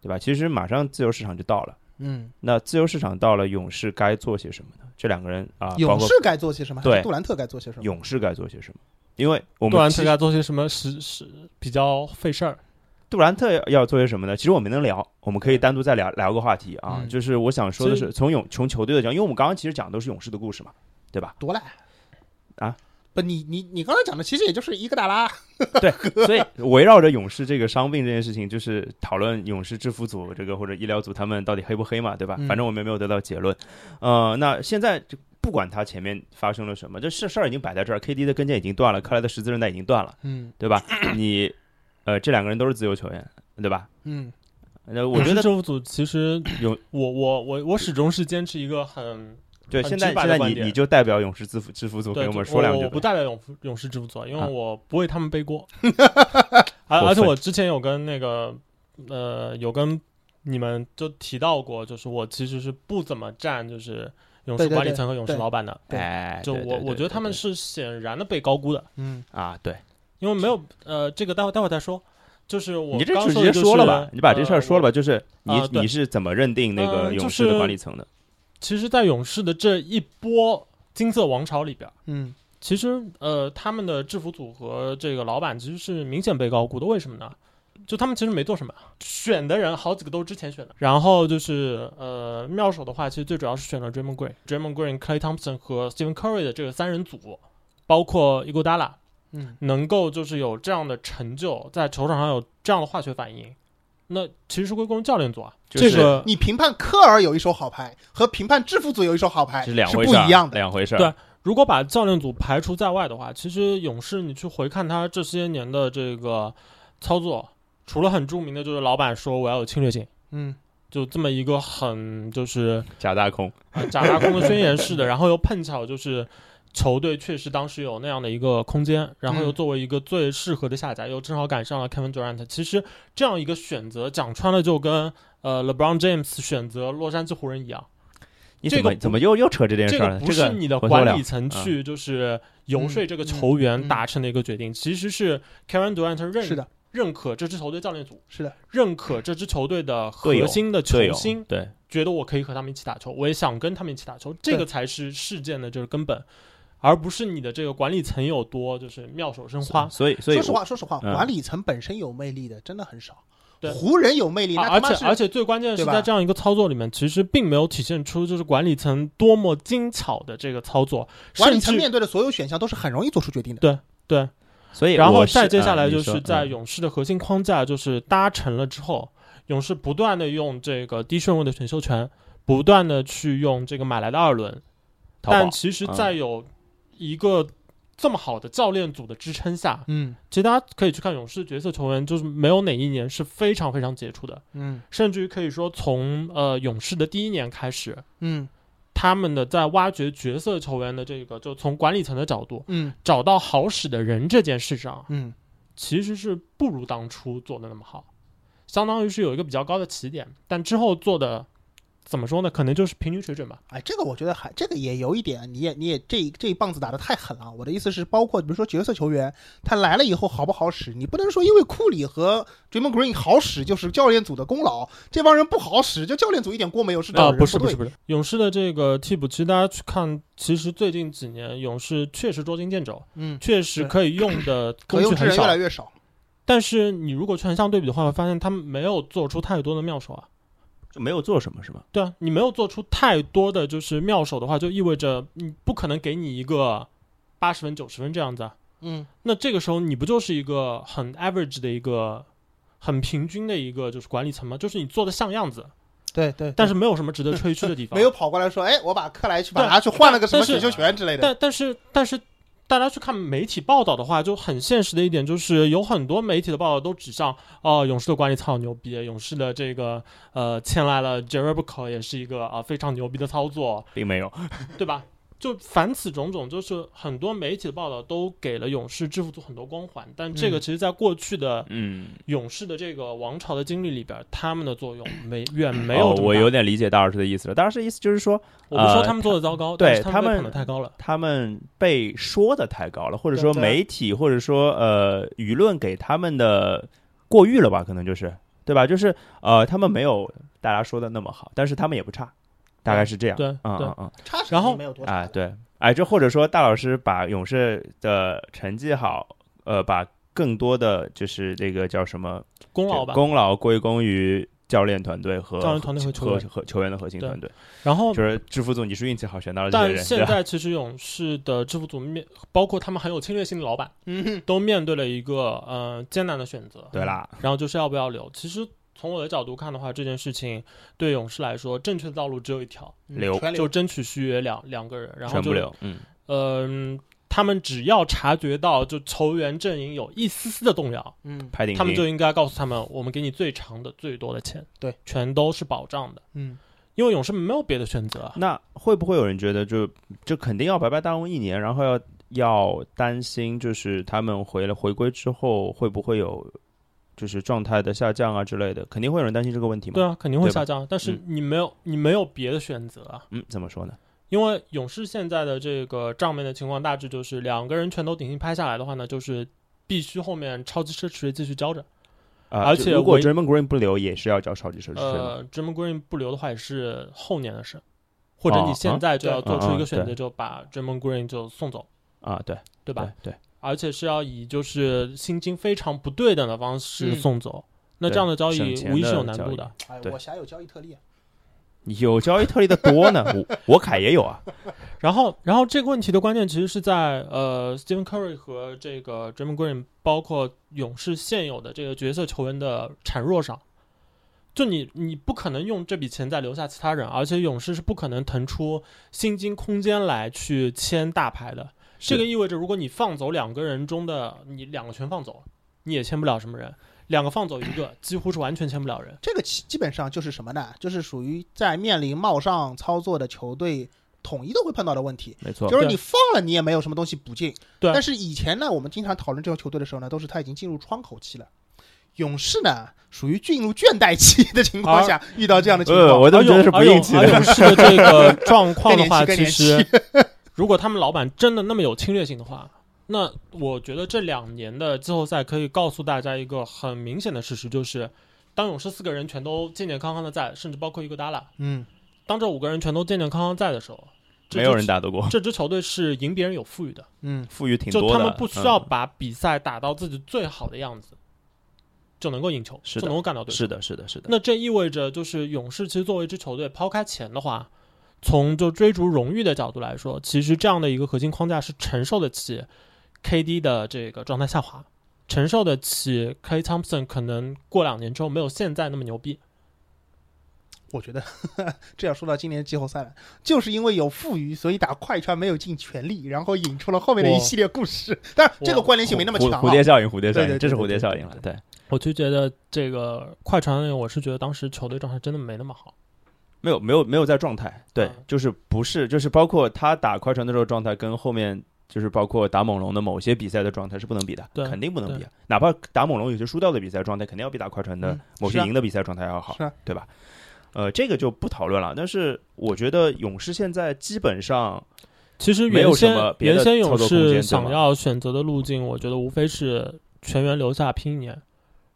Speaker 2: 对吧？其实马上自由市场就到了，
Speaker 1: 嗯，
Speaker 2: 那自由市场到了，勇士该做些什么呢？这两个人啊，包
Speaker 1: 勇
Speaker 2: 括
Speaker 1: 士该做些什么？还
Speaker 2: 对
Speaker 1: 是杜兰特该做些什么？
Speaker 2: 勇士该做些什么？因为我
Speaker 3: 杜
Speaker 2: 们
Speaker 3: 兰
Speaker 2: 其
Speaker 3: 特
Speaker 2: 实
Speaker 3: 该做些什么是是比较费事儿，
Speaker 2: 杜兰特要做些什么呢？其实我们能聊，我们可以单独再聊聊个话题啊。
Speaker 1: 嗯
Speaker 2: 就是我想说的
Speaker 3: 其
Speaker 2: 是，从勇从球队的角度，因为我们刚刚其实讲的都是勇士的故事嘛，对吧？
Speaker 1: 多赖
Speaker 2: 啊！
Speaker 1: 不，你你你刚才讲的其实也就是一个达拉，
Speaker 2: 所以围绕着勇士这个伤病这件事情，就是讨论勇士制服组这个或者医疗组他们到底黑不黑嘛，对吧？
Speaker 1: 嗯
Speaker 2: 反正我们也没有得到结论。呃，那现在就不管他前面发生了什么，这事事儿已经摆在这儿，KD 的跟腱已经断了，克莱的十字韧带已经断了，
Speaker 1: 嗯
Speaker 2: 对吧？ 你呃，这两个人都是自由球员，对吧？
Speaker 1: 嗯，
Speaker 2: 那我觉得
Speaker 3: 政府组其实
Speaker 2: 有
Speaker 3: 我我我我始终是坚持一个很
Speaker 2: 对，
Speaker 3: 很
Speaker 2: 现在
Speaker 3: 直白
Speaker 2: 现
Speaker 3: 的
Speaker 2: 在
Speaker 3: 观
Speaker 2: 你
Speaker 3: 点
Speaker 2: 你就代表勇士制服制服组
Speaker 3: 对
Speaker 2: 给我们
Speaker 3: 就
Speaker 2: 说两
Speaker 3: 我
Speaker 2: 句
Speaker 3: 不
Speaker 2: 吧。
Speaker 3: 代表勇勇士制服组，因为
Speaker 2: 啊
Speaker 3: 我不为他们背 锅，而、
Speaker 2: 过
Speaker 3: 而且
Speaker 2: 分
Speaker 3: 我之前有跟那个呃有跟你们就提到过，就是我其实是不怎么站就是勇士
Speaker 1: 对对
Speaker 3: 管理
Speaker 1: 对
Speaker 3: 层和勇士
Speaker 1: 对
Speaker 3: 老板的，
Speaker 1: 对
Speaker 2: 哎，
Speaker 3: 就
Speaker 2: 对
Speaker 3: 我我觉得他们是显然的被高估的，
Speaker 1: 嗯，
Speaker 2: 啊，对，
Speaker 3: 因为没有呃，这个待会待会再说。就是我
Speaker 2: 你这
Speaker 3: 刚
Speaker 2: 直
Speaker 3: 的
Speaker 2: 接
Speaker 3: 就是
Speaker 2: 说了吧，你把这事儿说了。
Speaker 3: 呃
Speaker 2: 吧，就是你
Speaker 3: 啊对
Speaker 2: 你是怎么认定那个
Speaker 3: 呃
Speaker 2: 勇
Speaker 3: 就
Speaker 2: 士的
Speaker 3: 是
Speaker 2: 管理层的？
Speaker 3: 我其实，在勇士的这一波金色王朝里边，
Speaker 1: 嗯
Speaker 3: 其实呃，他们的制服组和这个老板其实是明显被高估的。为什么呢？就他们其实没做什么，选的人好几个都是之前选的。然后就是呃，妙手的话，其实最主要是选了 Draymond Green、Draymond Green、Clay Thompson 和 Stephen Curry 的这个三人组，包括 Iguodala，
Speaker 1: 嗯
Speaker 3: 能够就是有这样的成就，在球场上有这样的化学反应，那其实是归功于教练组啊。
Speaker 2: 就是
Speaker 3: 这个
Speaker 1: 嗯你评判科尔有一手好牌和评判制服组有一手好牌
Speaker 3: 哎
Speaker 2: 这两
Speaker 1: 是
Speaker 2: 回
Speaker 1: 不
Speaker 2: 事儿，啊
Speaker 1: 一样的。
Speaker 2: 两回事儿。
Speaker 3: 对如果把教练组排除在外的话，其实勇士你去回看他这些年的这个操作，除了很著名的就是老板说我要有侵略性，
Speaker 1: 嗯
Speaker 3: 就这么一个很就是
Speaker 2: 假大空，
Speaker 3: 呃假大空的宣言式的，然后又碰巧就是球队确实当时有那样的一个空间，然后又
Speaker 1: 嗯
Speaker 3: 作为一个最适合的下家，又正好赶上了 Kevin Durant。其实这样一个选择，讲穿了就跟呃 LeBron James 选择洛杉矶湖人一样，
Speaker 2: 你怎
Speaker 3: 这
Speaker 2: 么
Speaker 3: 个不
Speaker 2: 怎么又又扯这件
Speaker 3: 这
Speaker 2: 事儿了？
Speaker 3: 不是你的
Speaker 2: 我受不
Speaker 3: 管
Speaker 2: 了
Speaker 3: 理层
Speaker 2: 嗯
Speaker 3: 去就是游说这个球
Speaker 1: 嗯嗯
Speaker 3: 员
Speaker 1: 嗯
Speaker 3: 达成的一个决定，其实是 Kevin Durant 认
Speaker 1: 是的，
Speaker 3: 认可这支球队教练组，
Speaker 1: 是的，
Speaker 3: 认可这支球队的
Speaker 2: 队友
Speaker 3: 核心的球
Speaker 2: 队友
Speaker 3: 星，
Speaker 2: 对，
Speaker 3: 觉得我可以和他们一起打球，我也想跟他们一起打球，这
Speaker 1: 对
Speaker 3: 个才是事件的这个根本，而不是你的这个管理层有多就是妙手生花。
Speaker 2: 所以所以
Speaker 1: 说实话，说实话，
Speaker 2: 嗯
Speaker 1: 管理层本身有魅力的真的很少。
Speaker 3: 对
Speaker 1: 湖人有魅力，
Speaker 3: 啊
Speaker 1: 那
Speaker 3: 而
Speaker 1: 他妈
Speaker 3: 且
Speaker 1: 是
Speaker 3: 而且最关键的是，
Speaker 1: 对吧
Speaker 3: 在这样一个操作里面，其实并没有体现出就是管理层多么精巧的这个操作，
Speaker 1: 管理
Speaker 3: 甚
Speaker 1: 层
Speaker 3: 至
Speaker 1: 面对的所有选项都是很容易做出决定的。
Speaker 3: 对，
Speaker 2: 所以
Speaker 3: 然后
Speaker 2: 我是
Speaker 3: 再接下
Speaker 2: 嗯
Speaker 3: 来
Speaker 2: 你
Speaker 3: 就是
Speaker 2: 说
Speaker 3: 在
Speaker 2: 嗯
Speaker 3: 勇士的核心框架就是搭乘了之后，勇士不断的用这个低顺位的选秀权，不断的去用这个买来的二轮，
Speaker 2: 淘宝嗯
Speaker 3: 但其实，在有一个这么好的教练组的支撑下，
Speaker 1: 嗯
Speaker 3: 其实大家可以去看勇士角色球员，就是没有哪一年是非常非常杰出的，
Speaker 1: 嗯
Speaker 3: 甚至于可以说从呃勇士的第一年开始，
Speaker 1: 嗯
Speaker 3: 他们的在挖掘角色球员的这个，就从管理层的角度
Speaker 1: 嗯
Speaker 3: 找到好使的人这件事上，
Speaker 1: 嗯
Speaker 3: 其实是不如当初做的那么好，相当于是有一个比较高的起点，但之后做的怎么说呢？可能就是平均水准吧。
Speaker 1: 哎，这个我觉得还这个也有一点，你也你也这这一棒子打得太狠了。我的意思是，包括比如说角色球员，他来了以后好不好使，你不能说因为库里和 Draymond Green 好使就是教练组的功劳，这帮人不好使，就教练组一点锅没有，是这种
Speaker 3: 啊，
Speaker 1: 人
Speaker 3: 不是
Speaker 1: 对
Speaker 3: 是不是，勇士的这个替补，其实大家去看，其实最近几年勇士确实捉襟见肘，
Speaker 1: 嗯，
Speaker 3: 确实
Speaker 1: 对
Speaker 3: 可以用的
Speaker 1: 可
Speaker 3: 工具
Speaker 1: 用之
Speaker 3: 很
Speaker 1: 人越
Speaker 3: 少
Speaker 1: 来。越少。
Speaker 3: 但是你如果横向对比的话，会发现他们没有做出太多的妙手啊。
Speaker 2: 就没有做什么是吗？
Speaker 3: 对啊，你没有做出太多的就是妙手的话，就意味着你不可能给你一个八十分、九十分这样子啊。
Speaker 1: 嗯，
Speaker 3: 那这个时候你不就是一个很 average 的一个很平均的一个就是管理层吗？就是你做的像样子，
Speaker 1: 对对，
Speaker 3: 但是没有什么值得吹嘘的地 方。
Speaker 1: 没有跑过来说，哎，我把克莱去把
Speaker 3: 对
Speaker 1: 他去换了个什么
Speaker 3: 但是
Speaker 1: 选秀权之类的。
Speaker 3: 但但是但是，大家去看媒体报道的话，就很现实的一点就是，有很多媒体的报道都指向哦、勇士的管理操牛逼，勇士的这个呃，签来了 j e r e b c o 也是一个啊、非常牛逼的操作，
Speaker 2: 并没有，
Speaker 3: 对吧？就凡此种种，就是很多媒体的报道都给了勇士制服组很多光环，但这个
Speaker 1: 嗯
Speaker 3: 其实在过去的
Speaker 2: 嗯，
Speaker 3: 勇士的这个王朝的经历里边，他们的作用没远没
Speaker 2: 哦
Speaker 3: 有这么
Speaker 2: 我
Speaker 3: 大
Speaker 2: 有点理解大老师的意思了。大老师的意思就是说，
Speaker 3: 我不说
Speaker 2: 呃
Speaker 3: 他们做的糟糕，
Speaker 2: 对
Speaker 3: 但是他
Speaker 2: 他
Speaker 3: 们被
Speaker 2: 们
Speaker 3: 捧得太高了。
Speaker 2: 他们被说的太高了，或者说
Speaker 1: 对对啊
Speaker 2: 媒体，或者说呃舆论给他们的过誉了吧？可能就是对吧？就是呃，他们没有大家说的那么好，但是他们也不差，大概是这样。
Speaker 3: 对
Speaker 2: 嗯
Speaker 3: 对
Speaker 2: 嗯嗯，
Speaker 1: 差距
Speaker 3: 然后
Speaker 1: 没有多少
Speaker 2: 啊，对，哎，这或者说大老师把勇士的成绩好，呃，把功更多的就是这个叫什么
Speaker 3: 功劳吧，
Speaker 2: 功劳归功于教练团队和
Speaker 3: 教练团队和球员
Speaker 2: 和球员的核心
Speaker 3: 对
Speaker 2: 团队，
Speaker 3: 然后
Speaker 2: 就是制服组你是运气好选到了这些
Speaker 3: 但
Speaker 2: 人，
Speaker 3: 现
Speaker 2: 对吧？
Speaker 3: 在其实勇士的制服组面，包括他们很有侵略性的老板，
Speaker 1: 嗯哼
Speaker 3: 都面对了一个呃艰难的选择，
Speaker 2: 对啦，
Speaker 3: 然后就是要不要留。其实从我的角度看的话，这件事情对勇士来说，正确的道路只有一条，
Speaker 1: 嗯
Speaker 2: 留
Speaker 1: 全留
Speaker 3: 就争取续约两两个人，然后
Speaker 2: 全
Speaker 3: 就
Speaker 2: 不留，嗯，
Speaker 3: 嗯、他们只要察觉到就球员阵营有一丝丝的动摇，
Speaker 1: 嗯
Speaker 2: 拍顶
Speaker 3: 他们
Speaker 2: 薪
Speaker 3: 就应该告诉他们，我们给你最长的、最多的钱，
Speaker 1: 对，
Speaker 3: 全都是保障的，
Speaker 1: 嗯，
Speaker 3: 因为勇士没有别的选择。啊
Speaker 2: 那会不会有人觉得就就肯定要白白耽误一年，然后要要担心就是他们回来回归之后会不会有就是状态的下降啊之类的？肯定会有人担心这个问题嘛？
Speaker 3: 对啊，肯定会
Speaker 2: 对吧
Speaker 3: 下降，但是
Speaker 2: 嗯
Speaker 3: 你没有、你没有别的选择啊，
Speaker 2: 嗯，怎么说呢？
Speaker 3: 因为勇士现在的这个账面的情况大致就是两个人全都顶薪拍下来的话呢，就是必须后面超级奢侈税继续交着。
Speaker 2: 啊
Speaker 3: 而
Speaker 2: 就
Speaker 3: 且
Speaker 2: 如果
Speaker 3: 唯
Speaker 2: Draymond Green 不留，也是要交超级奢侈税吗？
Speaker 3: 呃，Dream Green 不留的话也是后年的事，或者
Speaker 2: 哦
Speaker 3: 你现在就要做出
Speaker 2: 嗯
Speaker 3: 一
Speaker 2: 嗯
Speaker 3: 个选择，
Speaker 2: 对
Speaker 3: 就把 Dream Green 就送走，
Speaker 2: 啊，对
Speaker 3: 对吧？
Speaker 2: 对对
Speaker 3: 而且是要以就是薪金非常不对等的方式
Speaker 1: 嗯
Speaker 3: 送走，那这样的交易
Speaker 2: 省钱
Speaker 3: 无疑
Speaker 2: 的
Speaker 3: 是有难
Speaker 2: 交易
Speaker 3: 度的。
Speaker 1: 哎，
Speaker 2: 对
Speaker 1: 我辖有交易特例，
Speaker 2: 有交易特例的多呢，我我凯也有啊。
Speaker 3: 然后，然后这个问题的关键其实是在呃，Stephen Curry 和这个 Draymond Green，包括勇士现有的这个角色球员的孱弱上。就你，你不可能用这笔钱再留下其他人，而且勇士是不可能腾出薪金空间来去签大牌的。 这个意味着，如果你放走两个人中的，你两个全放走，你也签不了什么人；两个放走一个，几乎是完全签不了人。
Speaker 1: 这个基基本上就是什么呢？就是属于在面临冒上操作的球队统一都会碰到的问题。
Speaker 2: 没错，
Speaker 1: 就是
Speaker 3: 对
Speaker 1: 你放了，你也没有什么东西补进。
Speaker 3: 对
Speaker 1: 但是以前呢，我们经常讨论这种球队的时候呢，都是他已经进入窗口期了。勇士呢，属于进入倦怠期的情况下，遇到这样的情
Speaker 2: 呃，
Speaker 1: 况，
Speaker 2: 我都
Speaker 3: 而
Speaker 2: 觉
Speaker 3: 勇
Speaker 2: 得是不
Speaker 3: 而勇
Speaker 2: 硬气
Speaker 3: 而
Speaker 2: 的。
Speaker 3: 勇士的 这个状况的话，
Speaker 1: 更
Speaker 3: 其
Speaker 1: 年期更
Speaker 3: 实 如果他们老板真的那么有侵略性的话，那我觉得这两年的季后赛可以告诉大家一个很明显的事实，就是当勇士四个人全都健健康康的在，甚至包括伊戈达拉，
Speaker 1: 嗯，
Speaker 3: 当这五个人全都健健康康在的时候，这
Speaker 2: 没有
Speaker 3: 支
Speaker 2: 人。打得过，
Speaker 3: 这支球队是赢别人有富裕的，
Speaker 1: 嗯，
Speaker 2: 富裕挺
Speaker 3: 就
Speaker 2: 多的。
Speaker 3: 他们不需要
Speaker 2: 嗯
Speaker 3: 把比赛打到自己最好的样子，就能够赢球，
Speaker 2: 是的
Speaker 3: 就能够干到对手。
Speaker 2: 是的，是的，是的。
Speaker 3: 那这意味着，就是勇士其实作为一支球队，抛开钱的话，从就追逐荣誉的角度来说，其实这样的一个核心框架是承受得起 KD 的这个状态下滑，承受得起 K Thompson 可能过两年之后没有现在那么牛逼。
Speaker 1: 我觉得这要说到今年季后赛了，就是因为有富余，所以打快船没有尽全力，然后引出了后面的一系列故事。但是这个关联性没那么
Speaker 2: 蝴
Speaker 1: 强、啊
Speaker 2: 蝴蝶效应，蝴蝶效
Speaker 1: 对对
Speaker 2: 应，
Speaker 1: 对
Speaker 2: 这是
Speaker 1: 对
Speaker 2: 蝴蝶
Speaker 1: 对
Speaker 2: 效
Speaker 1: 对
Speaker 2: 应了。
Speaker 1: 对
Speaker 2: 对，
Speaker 3: 我就觉得这个快船，我是觉得当时球队状态真的没那么好。
Speaker 2: 没有，没有，没有在状态。对
Speaker 3: 嗯，
Speaker 2: 就是不是，就是包括他打快船的时候状态，跟后面就是包括打猛龙的某些比赛的状态是不能比的，
Speaker 3: 对
Speaker 2: 肯定不能
Speaker 3: 对
Speaker 2: 比啊。哪怕打猛龙有些输掉的比赛状态，肯定要比打快船的
Speaker 1: 嗯
Speaker 2: 某
Speaker 1: 是
Speaker 2: 些
Speaker 1: 啊
Speaker 2: 赢的比赛状态要好
Speaker 1: 是啊，
Speaker 2: 对吧？呃，这个就不讨论了。但是我觉得勇士现在基本上
Speaker 3: 其实
Speaker 2: 没
Speaker 3: 原
Speaker 2: 有什
Speaker 3: 先
Speaker 2: 么别的
Speaker 3: 原先勇
Speaker 2: 操作空间对
Speaker 3: 士
Speaker 2: 吗
Speaker 3: 想要选择的路径，我觉得无非是全员留下拼一年，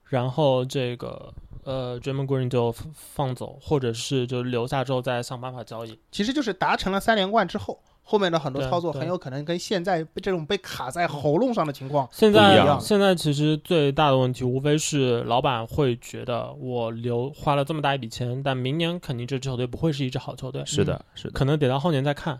Speaker 3: 然后这个呃 d r a m o n Green 就放放走，或者是就留下之后再想办法交易。
Speaker 1: 其实就是达成了三连冠之后，后面的很多
Speaker 3: 对
Speaker 1: 操作
Speaker 3: 对
Speaker 1: 很有可能跟现在被这种被卡
Speaker 2: 嗯
Speaker 1: 在喉咙上的情况
Speaker 3: 现
Speaker 2: 不一
Speaker 3: 在
Speaker 2: 样
Speaker 3: 现在其实最大的问题无非是老板会觉得我留花了这么大一笔钱，但明年肯定这支球队不会是一支好球队，
Speaker 2: 是的，是的，
Speaker 3: 可能得到后年再看。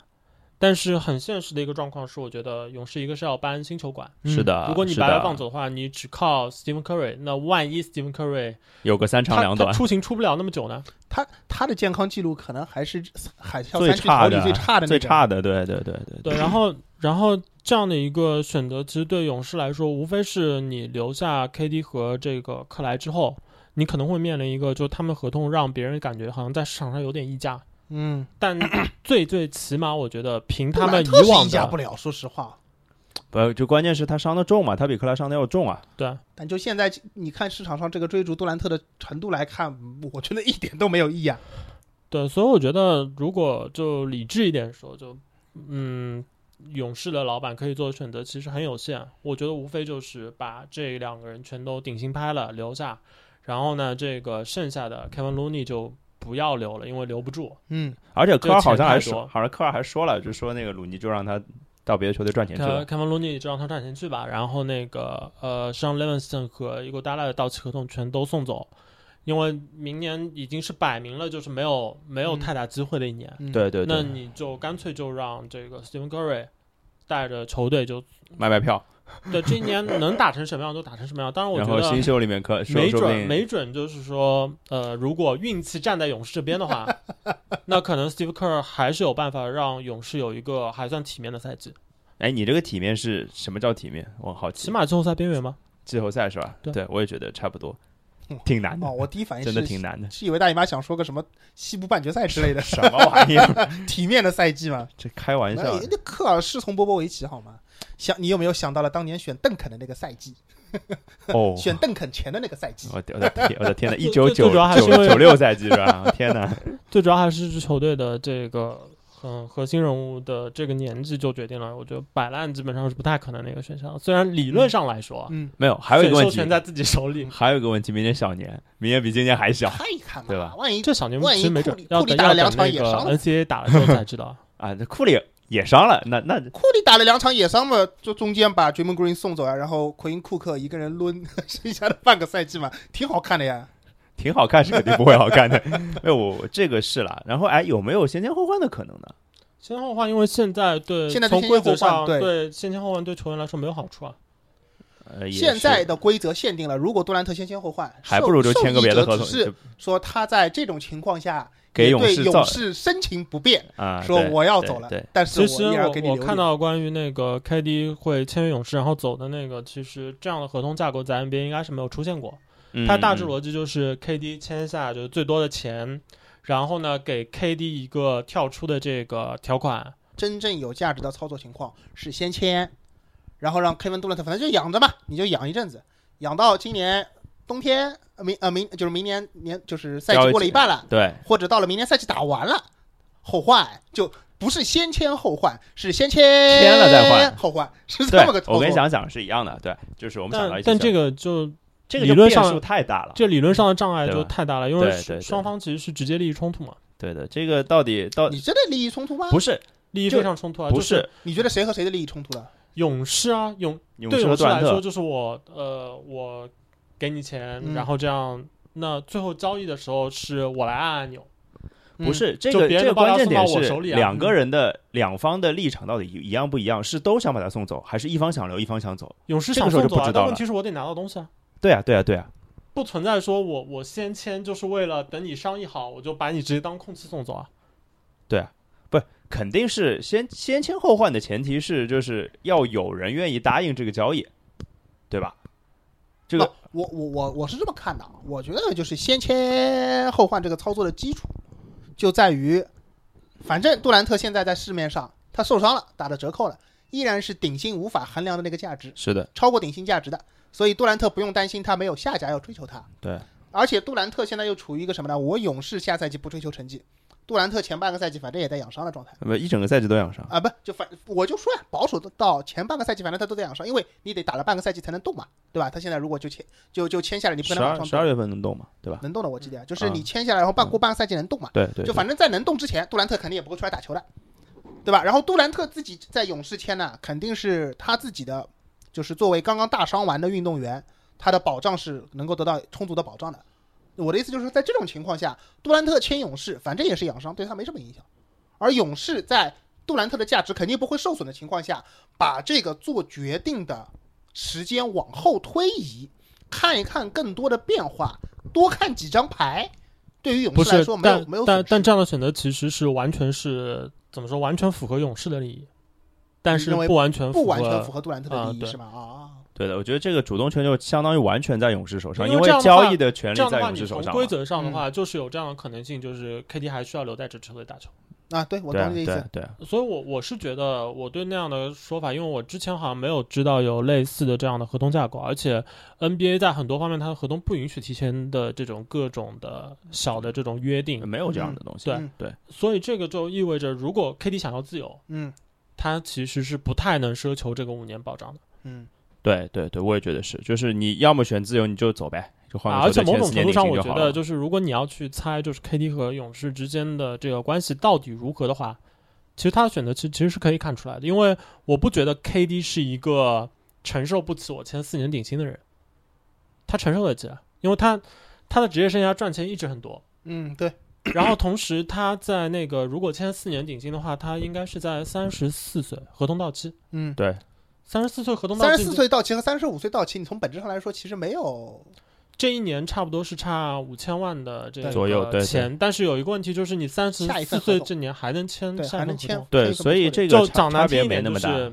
Speaker 3: 但是很现实的一个状况是，我觉得勇士一个是要搬新球馆，
Speaker 2: 是的。
Speaker 3: 如果你
Speaker 2: 是
Speaker 3: 把
Speaker 2: 的
Speaker 3: 他放走的话，你只靠 Stephen Curry，那万一 Stephen Curry
Speaker 2: 有个三长
Speaker 3: 他
Speaker 2: 两
Speaker 3: 他
Speaker 2: 短，
Speaker 3: 出勤出不了那么久呢？
Speaker 1: 他他的健康记录可能还是海啸
Speaker 2: 最
Speaker 1: 三巨
Speaker 2: 差
Speaker 1: 头里
Speaker 2: 的
Speaker 1: 最差的那
Speaker 2: 最
Speaker 1: 个
Speaker 2: 差的，对对对对
Speaker 3: 对，然后然后这样的一个选择，其实对勇士来说，无非是你留下 KD 和这个克莱之后，你可能会面临一个，就是他们合同让别人感觉好像在市场上有点溢价，
Speaker 1: 嗯，
Speaker 3: 但最最起码我觉得凭他
Speaker 1: 布莱
Speaker 3: 们
Speaker 1: 特
Speaker 3: 以
Speaker 1: 是
Speaker 3: 往
Speaker 1: 议价不
Speaker 3: 的
Speaker 1: 了，说实话。
Speaker 2: 不就关键是他伤的重嘛，他比克莱伤的要重啊。
Speaker 3: 对
Speaker 1: 但就现在，你看市场上这个追逐杜兰特的程度来看，我觉得一点都没有异啊样。
Speaker 3: 对，所以我觉得如果就理智一点说，就嗯，勇士的老板可以做的选择其实很有限。我觉得无非就是把这两个人全都顶薪拍了留下，然后呢，这个剩下的 Kevin Looney 就不要留了，因为留不住。
Speaker 1: 嗯，
Speaker 2: 而且科尔好像还
Speaker 3: 这个
Speaker 2: 说，
Speaker 3: 钱
Speaker 2: 好像科尔还说了，就说那个鲁尼就让他到别的球队赚钱去
Speaker 3: 呃
Speaker 2: 了。
Speaker 3: ，Kevin Looney 就让他赚钱去吧，然后那个呃，像 Levinson 和伊戈达拉的到期合同全都送走，因为明年已经是摆明了就是没有没有
Speaker 1: 嗯
Speaker 3: 太大机会的一年。
Speaker 1: 嗯，
Speaker 2: 对对
Speaker 3: 那
Speaker 2: 对，
Speaker 3: 你就干脆就让这个 Stephen Curry 带着球队就
Speaker 2: 买买票，
Speaker 3: 对这一年能打成什么样就打成什么样。当然，我
Speaker 2: 然
Speaker 3: 觉
Speaker 2: 后新
Speaker 3: 得
Speaker 2: 秀里面可说
Speaker 3: 没
Speaker 2: 说不
Speaker 3: 准
Speaker 2: 定
Speaker 3: 没准就是说，呃，如果运气站在勇士这边的话， 那可能 Steve Kerr 还是有办法让勇士有一个还算体面的赛季，
Speaker 2: 哎，你这个体面是什么叫体面？我好奇。
Speaker 3: 起码季后赛边缘嘛。
Speaker 2: 季后赛是吧？
Speaker 3: 对
Speaker 2: 我也觉得差不多，挺难
Speaker 1: 哦，
Speaker 2: 的，
Speaker 1: 我第一反应
Speaker 2: 真
Speaker 1: 是。
Speaker 2: 的挺难 的
Speaker 1: 是以为大姨妈想说个什么西部半决赛之类 的
Speaker 2: 什么玩意 儿？
Speaker 1: 体面的赛季嘛。
Speaker 2: 这开玩笑
Speaker 1: 哎，那科尔是从波波维奇好吗？想你有没有想到了当年选邓肯的那个赛季，
Speaker 2: 哦！
Speaker 1: 选邓肯前的那个赛季？
Speaker 2: 我的我的天，我的天呐！一
Speaker 3: 最
Speaker 2: 九
Speaker 3: 最
Speaker 2: 九
Speaker 3: 主要还是因
Speaker 2: 九
Speaker 3: 为
Speaker 2: 九六赛季是吧？天呐，
Speaker 3: 最主要还是这支球队的这个很核心人物的这个年纪就决定了，我觉得摆烂基本上是不太可能的一个选项。虽然理论上来说，啊
Speaker 1: 嗯，
Speaker 2: 没有，还有一个
Speaker 3: 选
Speaker 2: 问
Speaker 3: 秀
Speaker 2: 题
Speaker 3: 权，在自己手里，
Speaker 2: 还有一个问题，明年小年，明年比今年还 小
Speaker 1: 看一看吧，
Speaker 2: 啊对吧
Speaker 1: 万一
Speaker 3: 这小牛
Speaker 1: 万
Speaker 3: 其
Speaker 1: 一
Speaker 3: 实没准
Speaker 1: 库里
Speaker 3: 要
Speaker 1: 库里
Speaker 3: 等
Speaker 1: 打
Speaker 3: 要
Speaker 1: 了
Speaker 3: 等
Speaker 1: 两
Speaker 3: 那
Speaker 1: 场
Speaker 3: 个
Speaker 1: 也伤了
Speaker 3: NCAA 打了之后才知道。
Speaker 2: 啊！这库里也伤了，那那
Speaker 1: 库里打了两场野伤嘛，就中间把 Draymond Green 送走啊，然后奎因库克一个人抡 剩下的半个赛季嘛，挺好看的呀。
Speaker 2: 挺好看，是肯定不会好看 的。没有，我这个是啦。然后哎，有没有先前后换的可能呢？
Speaker 3: 先后换，因为现在对
Speaker 1: 现在对
Speaker 3: 从规则
Speaker 1: 先前后
Speaker 3: 上
Speaker 1: 换对
Speaker 3: 先前后换对球员来说没有好处啊。
Speaker 2: 呃，也是
Speaker 1: 现在的规则限定了，如果杜兰特先先后换，
Speaker 2: 还不如就
Speaker 1: 受
Speaker 2: 签个别的合
Speaker 1: 受益
Speaker 2: 同，
Speaker 1: 者只是
Speaker 2: 就
Speaker 1: 说他在这种情况下
Speaker 2: 给
Speaker 1: 也
Speaker 2: 勇
Speaker 1: 对
Speaker 2: 士造
Speaker 1: 勇士深情不变，
Speaker 2: 啊，
Speaker 1: 说
Speaker 2: 对
Speaker 1: 我要
Speaker 2: 对
Speaker 1: 走了
Speaker 2: 对，
Speaker 1: 但是
Speaker 3: 其实
Speaker 1: 依然
Speaker 3: 我
Speaker 1: 给你
Speaker 3: 我
Speaker 1: 留
Speaker 3: 看
Speaker 1: 着
Speaker 3: 到关于那个 KD 会签约勇士然后走的那个，其实这样的合同架构在 NBA 应该是没有出现过。它大致
Speaker 2: 嗯
Speaker 3: 逻辑就是 KD 签下就是最多的钱，然后呢给 KD 一个跳出的这个条款。
Speaker 1: 真正有价值的操作情况是先签，然后让 Kevin 杜兰特反正就养着嘛，你就养一阵子，养到今年冬天，呃明呃明就是明年年就是赛
Speaker 2: 交
Speaker 1: 季
Speaker 2: 易
Speaker 1: 过了一半了，
Speaker 2: 对，
Speaker 1: 或者到了明年赛季打完了后换，就不是先签后换，是先签
Speaker 2: 签了再换
Speaker 1: 后换，是
Speaker 2: 对
Speaker 1: 这么个，操作。
Speaker 2: 我跟你讲讲是一样的，对，就是我们想到
Speaker 3: 但
Speaker 2: 一起
Speaker 3: 但
Speaker 2: 想
Speaker 3: 这个就
Speaker 2: 这个
Speaker 3: 理
Speaker 2: 就
Speaker 3: 论
Speaker 2: 变
Speaker 3: 上
Speaker 2: 数太大了，
Speaker 3: 这理论上的障碍
Speaker 2: 对
Speaker 3: 就
Speaker 2: 吧
Speaker 3: 太大了，因为
Speaker 2: 对对对
Speaker 3: 双方其实是直接利益冲突嘛，
Speaker 2: 对的，这个到底到
Speaker 1: 你真的利益冲突吗？
Speaker 2: 不是
Speaker 3: 利益
Speaker 2: 就
Speaker 3: 非常冲突啊。
Speaker 2: 不
Speaker 3: 就是
Speaker 2: 是
Speaker 1: 你觉得谁和谁的利益冲突了？
Speaker 3: 勇士啊，勇
Speaker 2: 勇
Speaker 3: 对
Speaker 2: 士和
Speaker 3: 勇士
Speaker 2: 杜兰
Speaker 3: 来说
Speaker 2: 特，
Speaker 3: 就是我呃我给你钱，
Speaker 1: 嗯
Speaker 3: 然后这样。那最后交易的时候是我来按按钮，
Speaker 2: 不是这
Speaker 3: 嗯就
Speaker 2: 个
Speaker 3: 别人
Speaker 2: 这个
Speaker 3: 的包
Speaker 2: 关键
Speaker 3: 要
Speaker 2: 点
Speaker 3: 送到我
Speaker 2: 是
Speaker 3: 手里啊
Speaker 2: 两个人的两方的立场到底一一样不一样？是都想把他送走，还是一方想留一方想走？
Speaker 3: 勇士
Speaker 2: 这个
Speaker 3: 想
Speaker 2: 时候
Speaker 3: 送
Speaker 2: 就
Speaker 3: 走
Speaker 2: 不
Speaker 3: 啊，
Speaker 2: 知道
Speaker 3: 但
Speaker 2: 了
Speaker 3: 问题是我得拿到东西啊，
Speaker 2: 对啊，对啊，对啊，
Speaker 3: 不存在说我我先签就是为了等你商议好，我就把你直接当空气送走啊。
Speaker 2: 肯定是先先签后换的前提是就是要有人愿意答应这个交易，对吧？这个
Speaker 1: 不我我我我是这么看的啊，我觉得就是先签后换这个操作的基础就在于，反正杜兰特现在在市面上他受伤了，打了折扣了，依然是顶薪无法衡量的那个价值，
Speaker 2: 是的，
Speaker 1: 超过顶薪价值的，所以杜兰特不用担心他没有下家要追求他。
Speaker 2: 对，
Speaker 1: 而且杜兰特现在又处于一个什么呢？我勇士下赛季不追求成绩，杜兰特前半个赛季反正也在养伤的状态。
Speaker 2: 那么一整个赛季都养伤，
Speaker 1: 啊，不就反我就说呀，保守的到前半个赛季，反正他都在养伤，因为你得打了半个赛季才能动嘛，对吧？他现在如果就签就就签下来，你不可
Speaker 2: 十
Speaker 1: 能马
Speaker 2: 二
Speaker 1: 上
Speaker 2: 十
Speaker 1: 动
Speaker 2: 二月份能动嘛，对吧？
Speaker 1: 能动的，我记得呀啊就是
Speaker 2: 嗯
Speaker 1: 你签下来，然后半过半个赛季能动嘛，
Speaker 2: 对嗯对，
Speaker 1: 就
Speaker 2: 对
Speaker 1: 反正在能动之前，杜兰特肯定也不会出来打球的，对吧？然后杜兰特自己在勇士签呢，肯定是他自己的，就是作为刚刚大伤完的运动员，他的保障是能够得到充足的保障的。我的意思就是在这种情况下，杜兰特签勇士，反正也是养伤，对他没什么影响。而勇士在杜兰特的价值肯定不会受损的情况下，把这个做决定的时间往后推移，看一看更多的变化，多看几张牌，对于
Speaker 3: 不
Speaker 1: 勇士来
Speaker 3: 是
Speaker 1: 说，没有
Speaker 3: 但
Speaker 1: 没有损
Speaker 3: 但
Speaker 1: 失
Speaker 3: 但这样的选择其实是完全是怎么说，完全符合勇士的利益，但是
Speaker 1: 认为
Speaker 3: 不完全
Speaker 1: 不
Speaker 3: 符
Speaker 1: 完全
Speaker 3: 合
Speaker 1: 符合杜兰特的利
Speaker 3: 啊
Speaker 1: 益、
Speaker 3: 对
Speaker 1: 是吗？啊，
Speaker 2: 对的，我觉得这个主动权就相当于完全在勇士手上，
Speaker 3: 因为
Speaker 2: 因
Speaker 3: 这样的话
Speaker 2: 交易的权
Speaker 3: 这
Speaker 2: 利
Speaker 3: 样的
Speaker 2: 在
Speaker 3: 话，
Speaker 2: 勇
Speaker 3: 你
Speaker 2: 士手
Speaker 3: 从
Speaker 2: 上嘛。
Speaker 3: 规则上的
Speaker 1: 嗯
Speaker 3: 话，就是有这样的可能性，就是 KD 还需要留在这支球队打球。
Speaker 1: 啊，对，我
Speaker 2: 对
Speaker 1: 懂
Speaker 2: 啊
Speaker 1: 你的意
Speaker 2: 对
Speaker 1: 思
Speaker 2: 啊。对啊，
Speaker 3: 所以我我是觉得我对那样的说法，因为我之前好像没有知道有类似的这样的合同架构，而且 NBA 在很多方面它的合同不允许提前的这种各种的小的这种约定，
Speaker 2: 没有这样的东西。
Speaker 3: 对
Speaker 1: 嗯
Speaker 3: 所以这个就意味着，如果 KD 想要自由，
Speaker 1: 嗯
Speaker 3: 他其实是不太能奢求这个五年保障的。
Speaker 1: 嗯，
Speaker 2: 对对对，我也觉得是，就是你要么选自由，你就走呗，就换
Speaker 3: 啊，
Speaker 2: 个
Speaker 3: 而
Speaker 2: 球
Speaker 3: 且
Speaker 2: 队签
Speaker 3: 某种
Speaker 2: 四年
Speaker 3: 程度
Speaker 2: 顶薪
Speaker 3: 上，我
Speaker 2: 就
Speaker 3: 觉
Speaker 2: 好
Speaker 3: 得
Speaker 2: 了。
Speaker 3: 就是如果你要去猜，就是 KD 和勇士之间的这个关系到底如何的话，其实他的选择其实其实是可以看出来的，因为我不觉得 KD 是一个承受不起我签四年顶薪的人，他承受得起，啊因为他他的职业生涯赚钱一直很多，
Speaker 1: 嗯，对，
Speaker 3: 然后同时他在那个如果签四年顶薪的话，他应该是在三十四岁合同到期，
Speaker 1: 嗯，
Speaker 2: 对，
Speaker 3: 三十四岁合同到
Speaker 1: 三
Speaker 3: 期
Speaker 1: 十四岁到期和三十五岁到期，你从本质上来说其实没有，
Speaker 3: 这一年差不多是差五千万的这个
Speaker 2: 左右对对
Speaker 3: 钱，但是有一个问题就是你三十
Speaker 1: 下一
Speaker 3: 四
Speaker 1: 份合
Speaker 3: 岁
Speaker 1: 同
Speaker 3: 这年还能签
Speaker 1: 对，
Speaker 3: 下
Speaker 1: 还
Speaker 3: 一
Speaker 1: 能
Speaker 3: 份合
Speaker 1: 签
Speaker 3: 同，，
Speaker 2: 对，
Speaker 1: 这个
Speaker 2: 所以
Speaker 1: 不错
Speaker 2: 这
Speaker 3: 就
Speaker 2: 个差
Speaker 3: 讲
Speaker 2: 差
Speaker 3: 难听
Speaker 2: 别
Speaker 3: 一
Speaker 2: 没
Speaker 3: 点
Speaker 2: 那
Speaker 3: 就
Speaker 2: 么大。
Speaker 3: 是，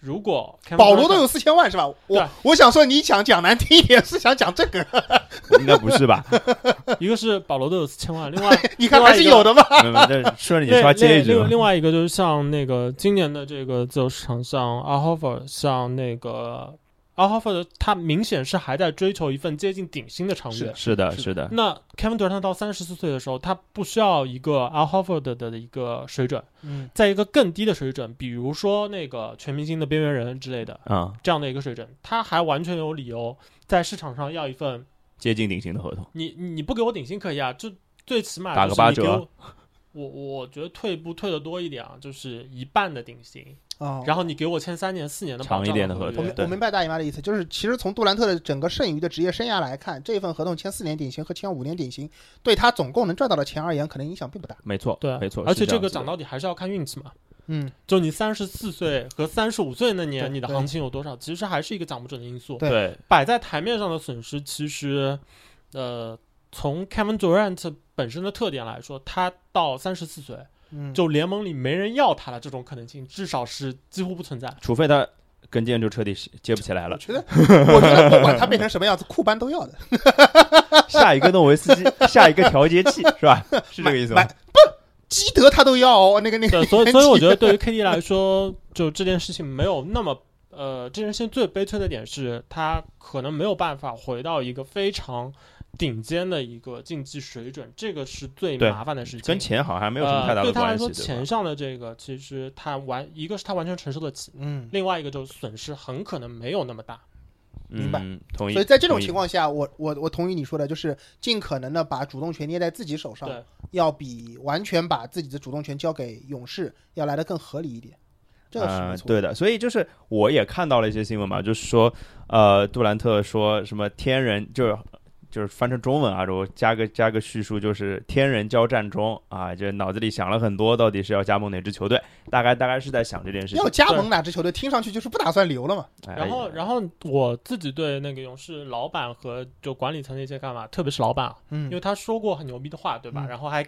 Speaker 3: 如果
Speaker 1: 的
Speaker 3: Kevin
Speaker 1: 保罗都
Speaker 3: Durant-
Speaker 1: 有四千万是吧？
Speaker 3: 对
Speaker 1: 我我想说你想讲难听一点是想讲这 个，
Speaker 2: 应该不是吧？
Speaker 3: 一个是保罗都有四千万，另外
Speaker 1: 你看还是有的嘛。
Speaker 2: 没有没有这顺 着你
Speaker 3: 另
Speaker 2: 说
Speaker 3: 外
Speaker 2: 接一句
Speaker 3: 另
Speaker 2: 吧
Speaker 3: 外。另外一个就是像那个今年的这个自由市场，像 a l h o f e r 像那个阿哈 f o 他明显是还在追求一份接近顶薪的长
Speaker 1: 是
Speaker 3: 约
Speaker 1: 的。
Speaker 2: 是的，
Speaker 1: 是
Speaker 2: 是的，
Speaker 3: 那 Kevin Durant 到三十四岁的时候，他不需要一个 Al Horford 的的一个水准，
Speaker 1: 嗯，
Speaker 3: 在一个更低的水准，比如说那个全明星的边缘人之类的
Speaker 2: 啊，
Speaker 3: 这样的一个水准，他还完全有理由在市场上要一份
Speaker 2: 接近顶薪的合同，
Speaker 3: 你你不给我顶薪可以啊，就最起码
Speaker 2: 打
Speaker 3: 就
Speaker 2: 个
Speaker 3: 是
Speaker 2: 八
Speaker 3: 你给
Speaker 2: 折
Speaker 3: 我。我我觉得退步退的多一点啊，就是一半的顶薪，
Speaker 1: 哦，
Speaker 3: 然后你给我签三年四年的
Speaker 2: 长
Speaker 3: 保
Speaker 2: 一
Speaker 3: 障
Speaker 2: 点的
Speaker 3: 合
Speaker 2: 合
Speaker 3: 约
Speaker 1: 我明
Speaker 2: 对
Speaker 1: 我明白大姨妈的意思，就是其实从杜兰特的整个剩余的职业生涯来看，这份合同签四年顶薪和签五年顶薪，对他总共能赚到的钱而言，可能影响并不大。
Speaker 2: 没错，
Speaker 3: 对啊，
Speaker 2: 没错，
Speaker 3: 而
Speaker 2: 是
Speaker 3: 且这
Speaker 2: 样
Speaker 3: 个
Speaker 2: 子
Speaker 3: 讲
Speaker 2: 的
Speaker 3: 到底还是要看运气嘛。
Speaker 1: 嗯，
Speaker 3: 就你三十四岁和三十五岁那
Speaker 1: 对
Speaker 3: 年，你的
Speaker 1: 对
Speaker 3: 行情有多少，其实还是一个讲不准的因素。
Speaker 1: 对
Speaker 2: 对，
Speaker 3: 摆在台面上的损失，其实，呃，从 Kevin Durant 本身的特点来说，他到三十四岁，
Speaker 1: 嗯，
Speaker 3: 就联盟里没人要他的这种可能性，至少是几乎不存 在。
Speaker 2: 除非他跟腱就彻底接不起来
Speaker 1: 我
Speaker 2: 了。
Speaker 1: 觉得，我觉得不管他变成什么样子，库班都要的。
Speaker 2: 下一个诺维斯 基，下一个调节器是吧？是这个意思
Speaker 1: 买
Speaker 2: 吗？
Speaker 1: 基德他都要哦，那个那个
Speaker 3: 对，所以所以我觉得对于 KD 来说，就这件事情没有那么呃，这件事情最悲催的点是他可能没有办法回到一个非常顶尖的一个竞技水准，这个是最
Speaker 2: 对
Speaker 3: 麻烦的事情。
Speaker 2: 跟钱好像还没有什么太大
Speaker 3: 呃、
Speaker 2: 的
Speaker 3: 对他
Speaker 2: 关
Speaker 3: 来
Speaker 2: 系，
Speaker 3: 说，
Speaker 2: 对吧
Speaker 3: 钱上的这个其实他完一个是他完全承受得起，
Speaker 1: 嗯，
Speaker 3: 另外一个就是损失很可能没有那么大。
Speaker 1: 明白
Speaker 2: 嗯，同意。
Speaker 1: 所以在这种
Speaker 2: 同意
Speaker 1: 情，况下，我我我同意你说的，就是尽可能的把主动权捏在自己手上
Speaker 3: 对，
Speaker 1: 要比完全把自己的主动权交给勇士要来的更合理一点。这个是
Speaker 2: 嗯、
Speaker 1: 没错的。
Speaker 2: 对的。所以就是我也看到了一些新闻嘛，就是说，呃，杜兰特说什么天人，就是就是翻成中文啊，我加个加个叙述，就是天人交战中啊，就脑子里想了很多，到底是要加盟哪支球队，大概大概是在想这件事情
Speaker 1: 要。加盟哪支球队，听上去就是不打算留了嘛。
Speaker 2: 哎
Speaker 3: 然后，然后我自己对那个勇士老板和就管理层的一些看法，特别是老板啊，
Speaker 1: 嗯
Speaker 3: 因为他说过很牛逼的话，对吧？
Speaker 1: 嗯
Speaker 3: 然后还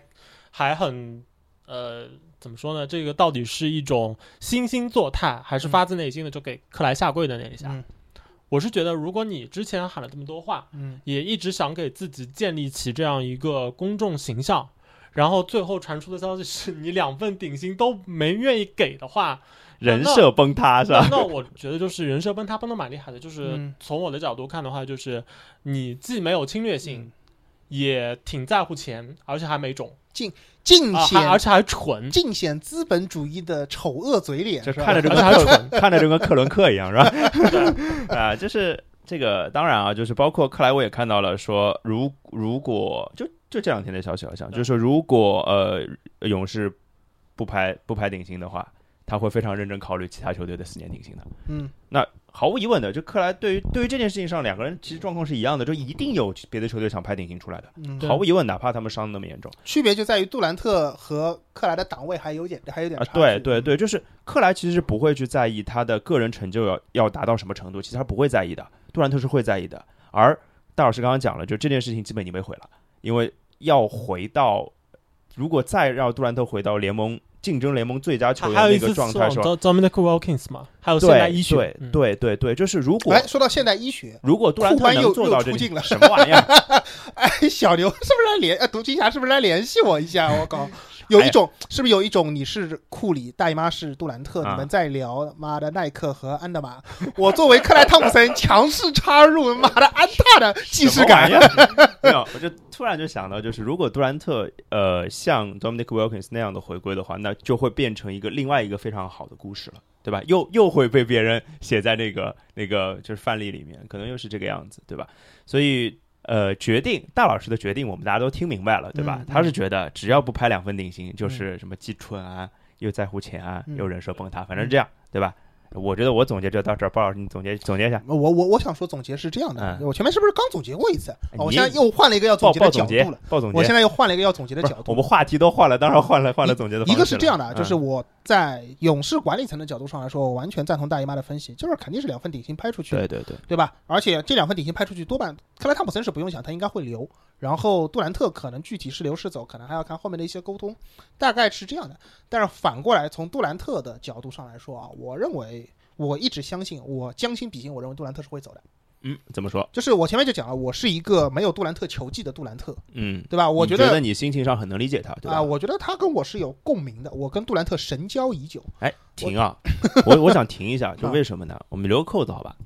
Speaker 3: 还很呃，怎么说呢？这个到底是一种惺惺作态，还是
Speaker 1: 嗯
Speaker 3: 发自内心的就给克莱下跪的那一下？
Speaker 1: 嗯
Speaker 3: 我是觉得，如果你之前喊了这么多话，
Speaker 1: 嗯
Speaker 3: 也一直想给自己建立起这样一个公众形象，然后最后传出的消息是你两份顶薪都没愿意给的话，
Speaker 2: 人设崩塌是吧？
Speaker 3: 那我觉得就是人设崩塌崩的蛮厉害的。就是
Speaker 1: 嗯
Speaker 3: 从我的角度看的话，就是你既没有侵略性，
Speaker 1: 嗯
Speaker 3: 也挺在乎钱，而且还没种
Speaker 1: 尽
Speaker 3: 啊，还而
Speaker 1: 显
Speaker 3: 且还蠢，
Speaker 1: 尽显资本主义的丑恶嘴脸，
Speaker 2: 这
Speaker 1: 是吧
Speaker 2: 看着就
Speaker 3: 而
Speaker 2: 跟
Speaker 3: 且还
Speaker 2: 克
Speaker 3: 蠢。
Speaker 2: 看着就跟克伦克一样，是吧？ 啊，就是这个，当然啊，就是包括克莱，我也看到了说，如如果就就这两天的消息好像，
Speaker 3: 对
Speaker 2: 就是说如果呃勇士不排不排顶薪的话，他会非常认真考虑其他球队的四年顶薪的。
Speaker 1: 嗯，
Speaker 2: 毫无疑问的，就克莱对于对于这件事情上，两个人其实状况是一样的，就一定有别的球队想拍顶薪出来的，
Speaker 1: 嗯
Speaker 3: 对
Speaker 2: 毫无疑问，哪怕他们伤得那么严重。
Speaker 1: 区别就在于杜兰特和克莱的档位还有点还有点
Speaker 2: 啊，
Speaker 1: 差距。嗯
Speaker 2: 对对对，就是克莱其实不会去在意他的个人成就要要达到什么程度，其实他不会在意的，杜兰特是会在意的。而戴老师刚刚讲了，就这件事情基本已经被毁了，因为要回到，如果再让杜兰特回到联盟竞争联盟最佳 球
Speaker 3: 还
Speaker 2: 员
Speaker 3: 啊还有
Speaker 2: 那
Speaker 3: 一次
Speaker 2: 个
Speaker 3: 是
Speaker 2: 状态的时候，
Speaker 3: Dom- Dominic Wilkins 嘛，还有现代医
Speaker 2: 对
Speaker 3: 学，
Speaker 2: 对
Speaker 3: 嗯
Speaker 2: 对对对，就是如果
Speaker 1: 哎，说到现代医学，
Speaker 2: 如果杜兰
Speaker 1: 库
Speaker 2: 特
Speaker 1: 班又
Speaker 2: 能做到
Speaker 1: 又
Speaker 2: 这
Speaker 1: 出
Speaker 2: 件
Speaker 1: 镜了
Speaker 2: 什么玩意儿，
Speaker 1: 哎，小牛是 不是来联？呃，独行侠是不是来联系我一下？我 靠，有一种、是不是有一种你是库里，大姨妈是杜兰特，
Speaker 2: 啊
Speaker 1: 你们在聊妈的耐克和安德玛，我作为克莱汤普 森强势插入，妈的安踏的既视感。
Speaker 2: 呀！ 没有，我就突然就想到，就是如果杜兰特呃像 Dominic Wilkins 那样的回归的话，那就会变成一个另外一个非常好的故事了，对吧？又又会被别人写在那个那个就是范例里面，可能又是这个样子，对吧？所以。呃，决定大老师的决定，我们大家都听明白了，对吧？
Speaker 1: 嗯嗯
Speaker 2: 他是觉得只要不拍两份顶薪，就是什么既蠢啊，又在乎钱啊，
Speaker 1: 嗯
Speaker 2: 又人设崩塌，反正这样，对吧？我觉得我总结就到这儿，鲍老师你总结总结一下，
Speaker 1: 我我我想说总结是这样的，
Speaker 2: 嗯
Speaker 1: 我前面是不是刚总结过一次？啊
Speaker 2: 你
Speaker 1: 我现在又换了一个要总
Speaker 2: 鲍
Speaker 1: 结
Speaker 2: 鲍
Speaker 1: 的
Speaker 2: 总
Speaker 1: 角
Speaker 2: 结
Speaker 1: 度了，，
Speaker 2: 鲍总结，
Speaker 1: 我现在又换了一个要总结的
Speaker 2: 不是
Speaker 1: 角
Speaker 2: 我
Speaker 1: 度。
Speaker 2: 们话题都换了，当然换了换了总结的方
Speaker 1: 一
Speaker 2: 式了。
Speaker 1: 个是这样的啊，就是
Speaker 2: 嗯
Speaker 1: 我在勇士管理层的角度上来说，我完全赞同大姨妈的分析，就是肯定是两份顶薪拍出去，
Speaker 2: 对对对，
Speaker 1: 对吧？而且这两份顶薪拍出去，多半克莱汤普森是不用想，他应该会留。然后杜兰特可能具体是留是走，可能还要看后面的一些沟通，大概是这样的。但是反过来，从杜兰特的角度上来说啊，我认为我一直相信，我将心比心，我认为杜兰特是会走的。
Speaker 2: 嗯，怎么说？
Speaker 1: 就是我前面就讲了，我是一个没有杜兰特球技的杜兰特，
Speaker 2: 嗯，
Speaker 1: 对吧？我
Speaker 2: 你觉
Speaker 1: 得。
Speaker 2: 你心情上很能理解他，对
Speaker 1: 啊、
Speaker 2: 吧？
Speaker 1: 我觉得他跟我是有共鸣的，我跟杜兰特神交已久。
Speaker 2: 哎，停啊，我我想停一下，就为什么呢？我们留个扣子好吧？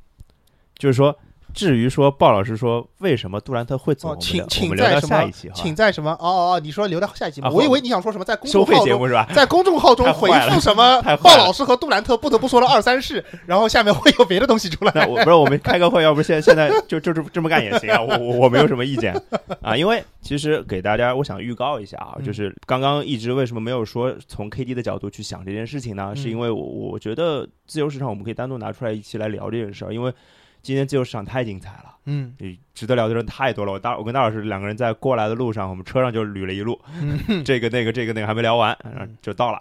Speaker 2: 就是说，至于说鲍老师说为什么杜兰特会走，
Speaker 1: 哦
Speaker 2: 我，们
Speaker 1: 请
Speaker 2: 聊我
Speaker 1: 请
Speaker 2: 们聊
Speaker 1: 在
Speaker 2: 到
Speaker 1: 什
Speaker 2: 下
Speaker 1: 么
Speaker 2: 一期？哈
Speaker 1: 请。在什么？哦哦，哦你说留到下一集吗？
Speaker 2: 啊
Speaker 1: 我以为你想说什么在公
Speaker 2: 收
Speaker 1: 众
Speaker 2: 费
Speaker 1: 号
Speaker 2: 节
Speaker 1: 中，
Speaker 2: 目是吧？
Speaker 1: 在公众号中
Speaker 2: 太
Speaker 1: 回
Speaker 2: 坏了
Speaker 1: 复什么
Speaker 2: 太坏
Speaker 1: 鲍
Speaker 2: 了
Speaker 1: 老师和杜兰特不得不说了二三事，然后下面会有别的东西出来。
Speaker 2: 那我不是我们开个会，要不现在现在就就这么这么干也行啊，我我我没有什么意见啊，因为其实给大家我想预告一下啊，
Speaker 3: 嗯
Speaker 2: 就是刚刚一直为什么没有说从 KD 的角度去想这件事情呢？
Speaker 3: 嗯
Speaker 2: 是因为我我觉得自由市场我们可以单独拿出来一起来聊这件事儿，因为今天自由市场太精彩了。
Speaker 1: 嗯，
Speaker 2: 你值得聊的人太多了。我大我跟大老师两个人在过来的路上，我们车上就捋了一路， 这个那个这个那个还没聊完，然后就到了。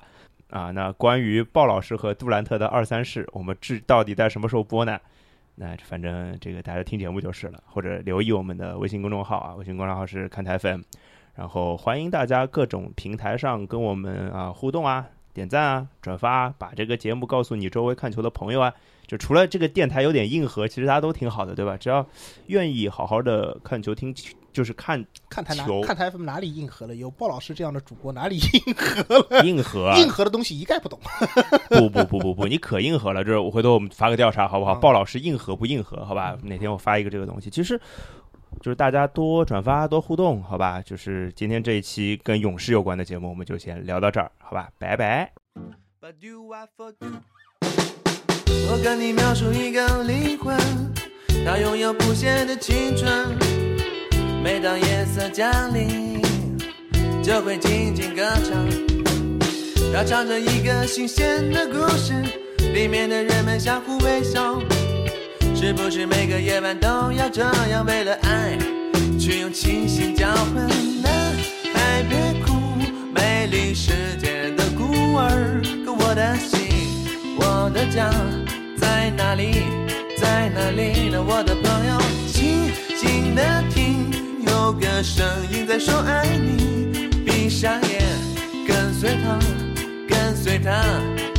Speaker 2: 啊，那关于鲍老师和杜兰特的二三事，我们至到底在什么时候播呢？那反正这个大家听节目就是了，或者留意我们的微信公众号啊，微信公众号是看台 FM，然后欢迎大家各种平台上跟我们啊互动啊、点赞啊、转发啊，把这个节目告诉你周围看球的朋友啊。就除了这个电台有点硬核，其实大家都挺好的，对吧？只要愿意好好的看球、听球，就 是看
Speaker 1: 看台哪
Speaker 2: 球
Speaker 1: 看台 FM 哪里硬核了？有鲍老师这样的主播哪里
Speaker 2: 硬核、啊，
Speaker 1: 硬核的东西一概不懂。
Speaker 2: 不不不不不，你可硬核了。这我回头我们发个调查好不好？
Speaker 1: 嗯
Speaker 2: 鲍老师硬核不硬核？好吧，哪天我发一个这个东西。其实就是大家多转发、多互动，好吧？就是今天这一期跟勇士有关的节目，我们就先聊到这儿，好吧？拜拜。
Speaker 4: But do I forget？我跟你描述一个灵魂，它拥有不懈的青春。每当夜色降临，就会静静歌唱。它唱着一个新鲜的故事，里面的人们相互微笑。是不是每个夜晚都要这样？为了爱，去用清醒交换。男孩别哭，美丽世界的孤儿。可我的心，我的家在哪里？在哪里呢？我的朋友，静静的听，有个声音在说爱你。闭上眼，跟随它。跟随它，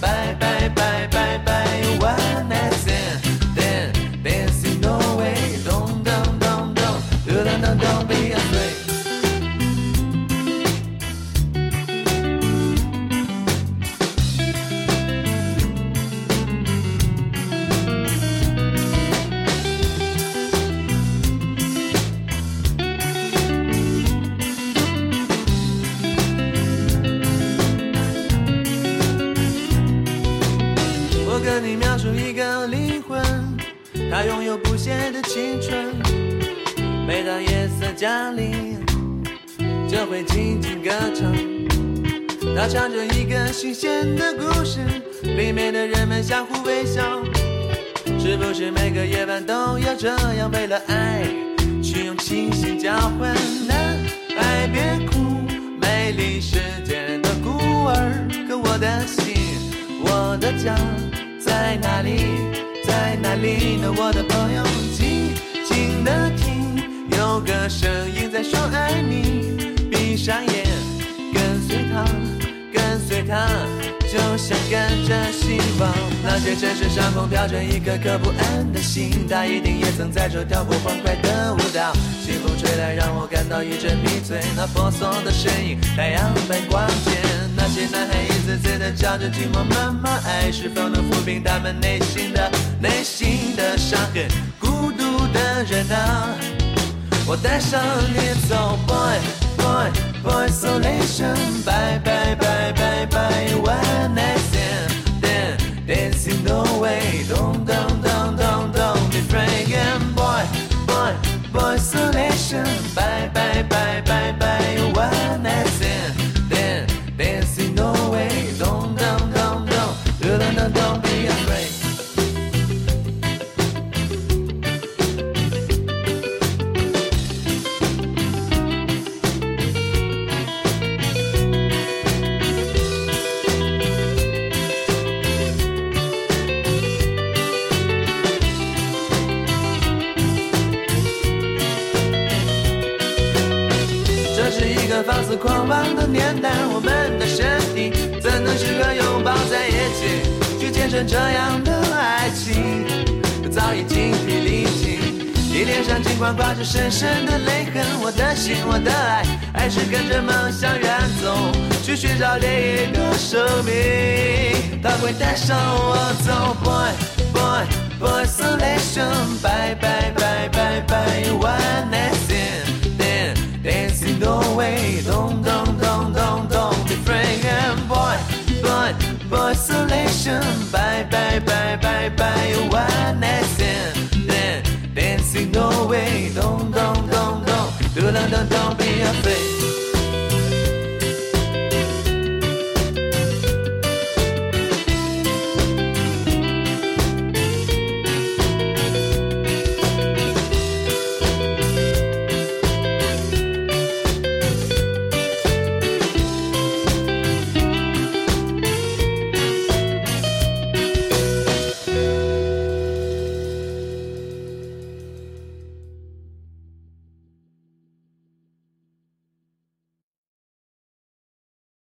Speaker 4: 拜拜拜拜拜，one night stand stand dancing no way，咚咚咚咚，嘟咚咚咚，be afraid。我跟你描述一个灵魂，它拥有不懈的青春。每当夜色降临，就会轻轻歌唱。它唱着一个新鲜的故事，里面的人们相互微笑。是不是每个夜晚都要这样？为了爱，去用清醒交换。男孩别哭，美丽世界的孤儿。可我的心，我的家在哪里？在哪里呢？我的朋友，静静的听，有个声音在说爱你。闭上眼，跟随它。跟随它，就像跟着希望。那些城市上空飘着一颗颗不安的心，它一定也曾在这跳过欢快的舞蹈。清风吹来，让我感到一阵迷醉。那婆娑的身影，太阳般光洁。那些男孩一次次的叫着寂寞妈妈，爱是否能抚平他们内心的内心的伤痕？孤独的人啊，我带上你走，boy boy boy isolation，拜拜拜拜拜，one night stand then dancing no way，咚咚咚咚咚，be free again，boy boy boy isolation，拜拜拜拜拜，one night stand then dancing no way，咚咚咚咚，咚咚咚咚，be afraid。是一个放肆狂妄的年代，我们的身体怎能时刻拥抱在一起？去见证这样的爱情，早已精疲力尽。你脸上尽管挂着深深的泪痕，我的心，我的爱，还是跟着梦想远走，去寻找另一个生命。他会带上我走，Boy Boy Boy Selection，拜拜拜拜拜，One night stand。then dancing the way. Don't, don't, don't, don't, don't be afraid. And boy, boy, boy, selection. Bye, bye, bye, bye, bye. One night stand. Then dancing the way. Don't, don't, don't, don't. Do, don't, don't, don't be afraid.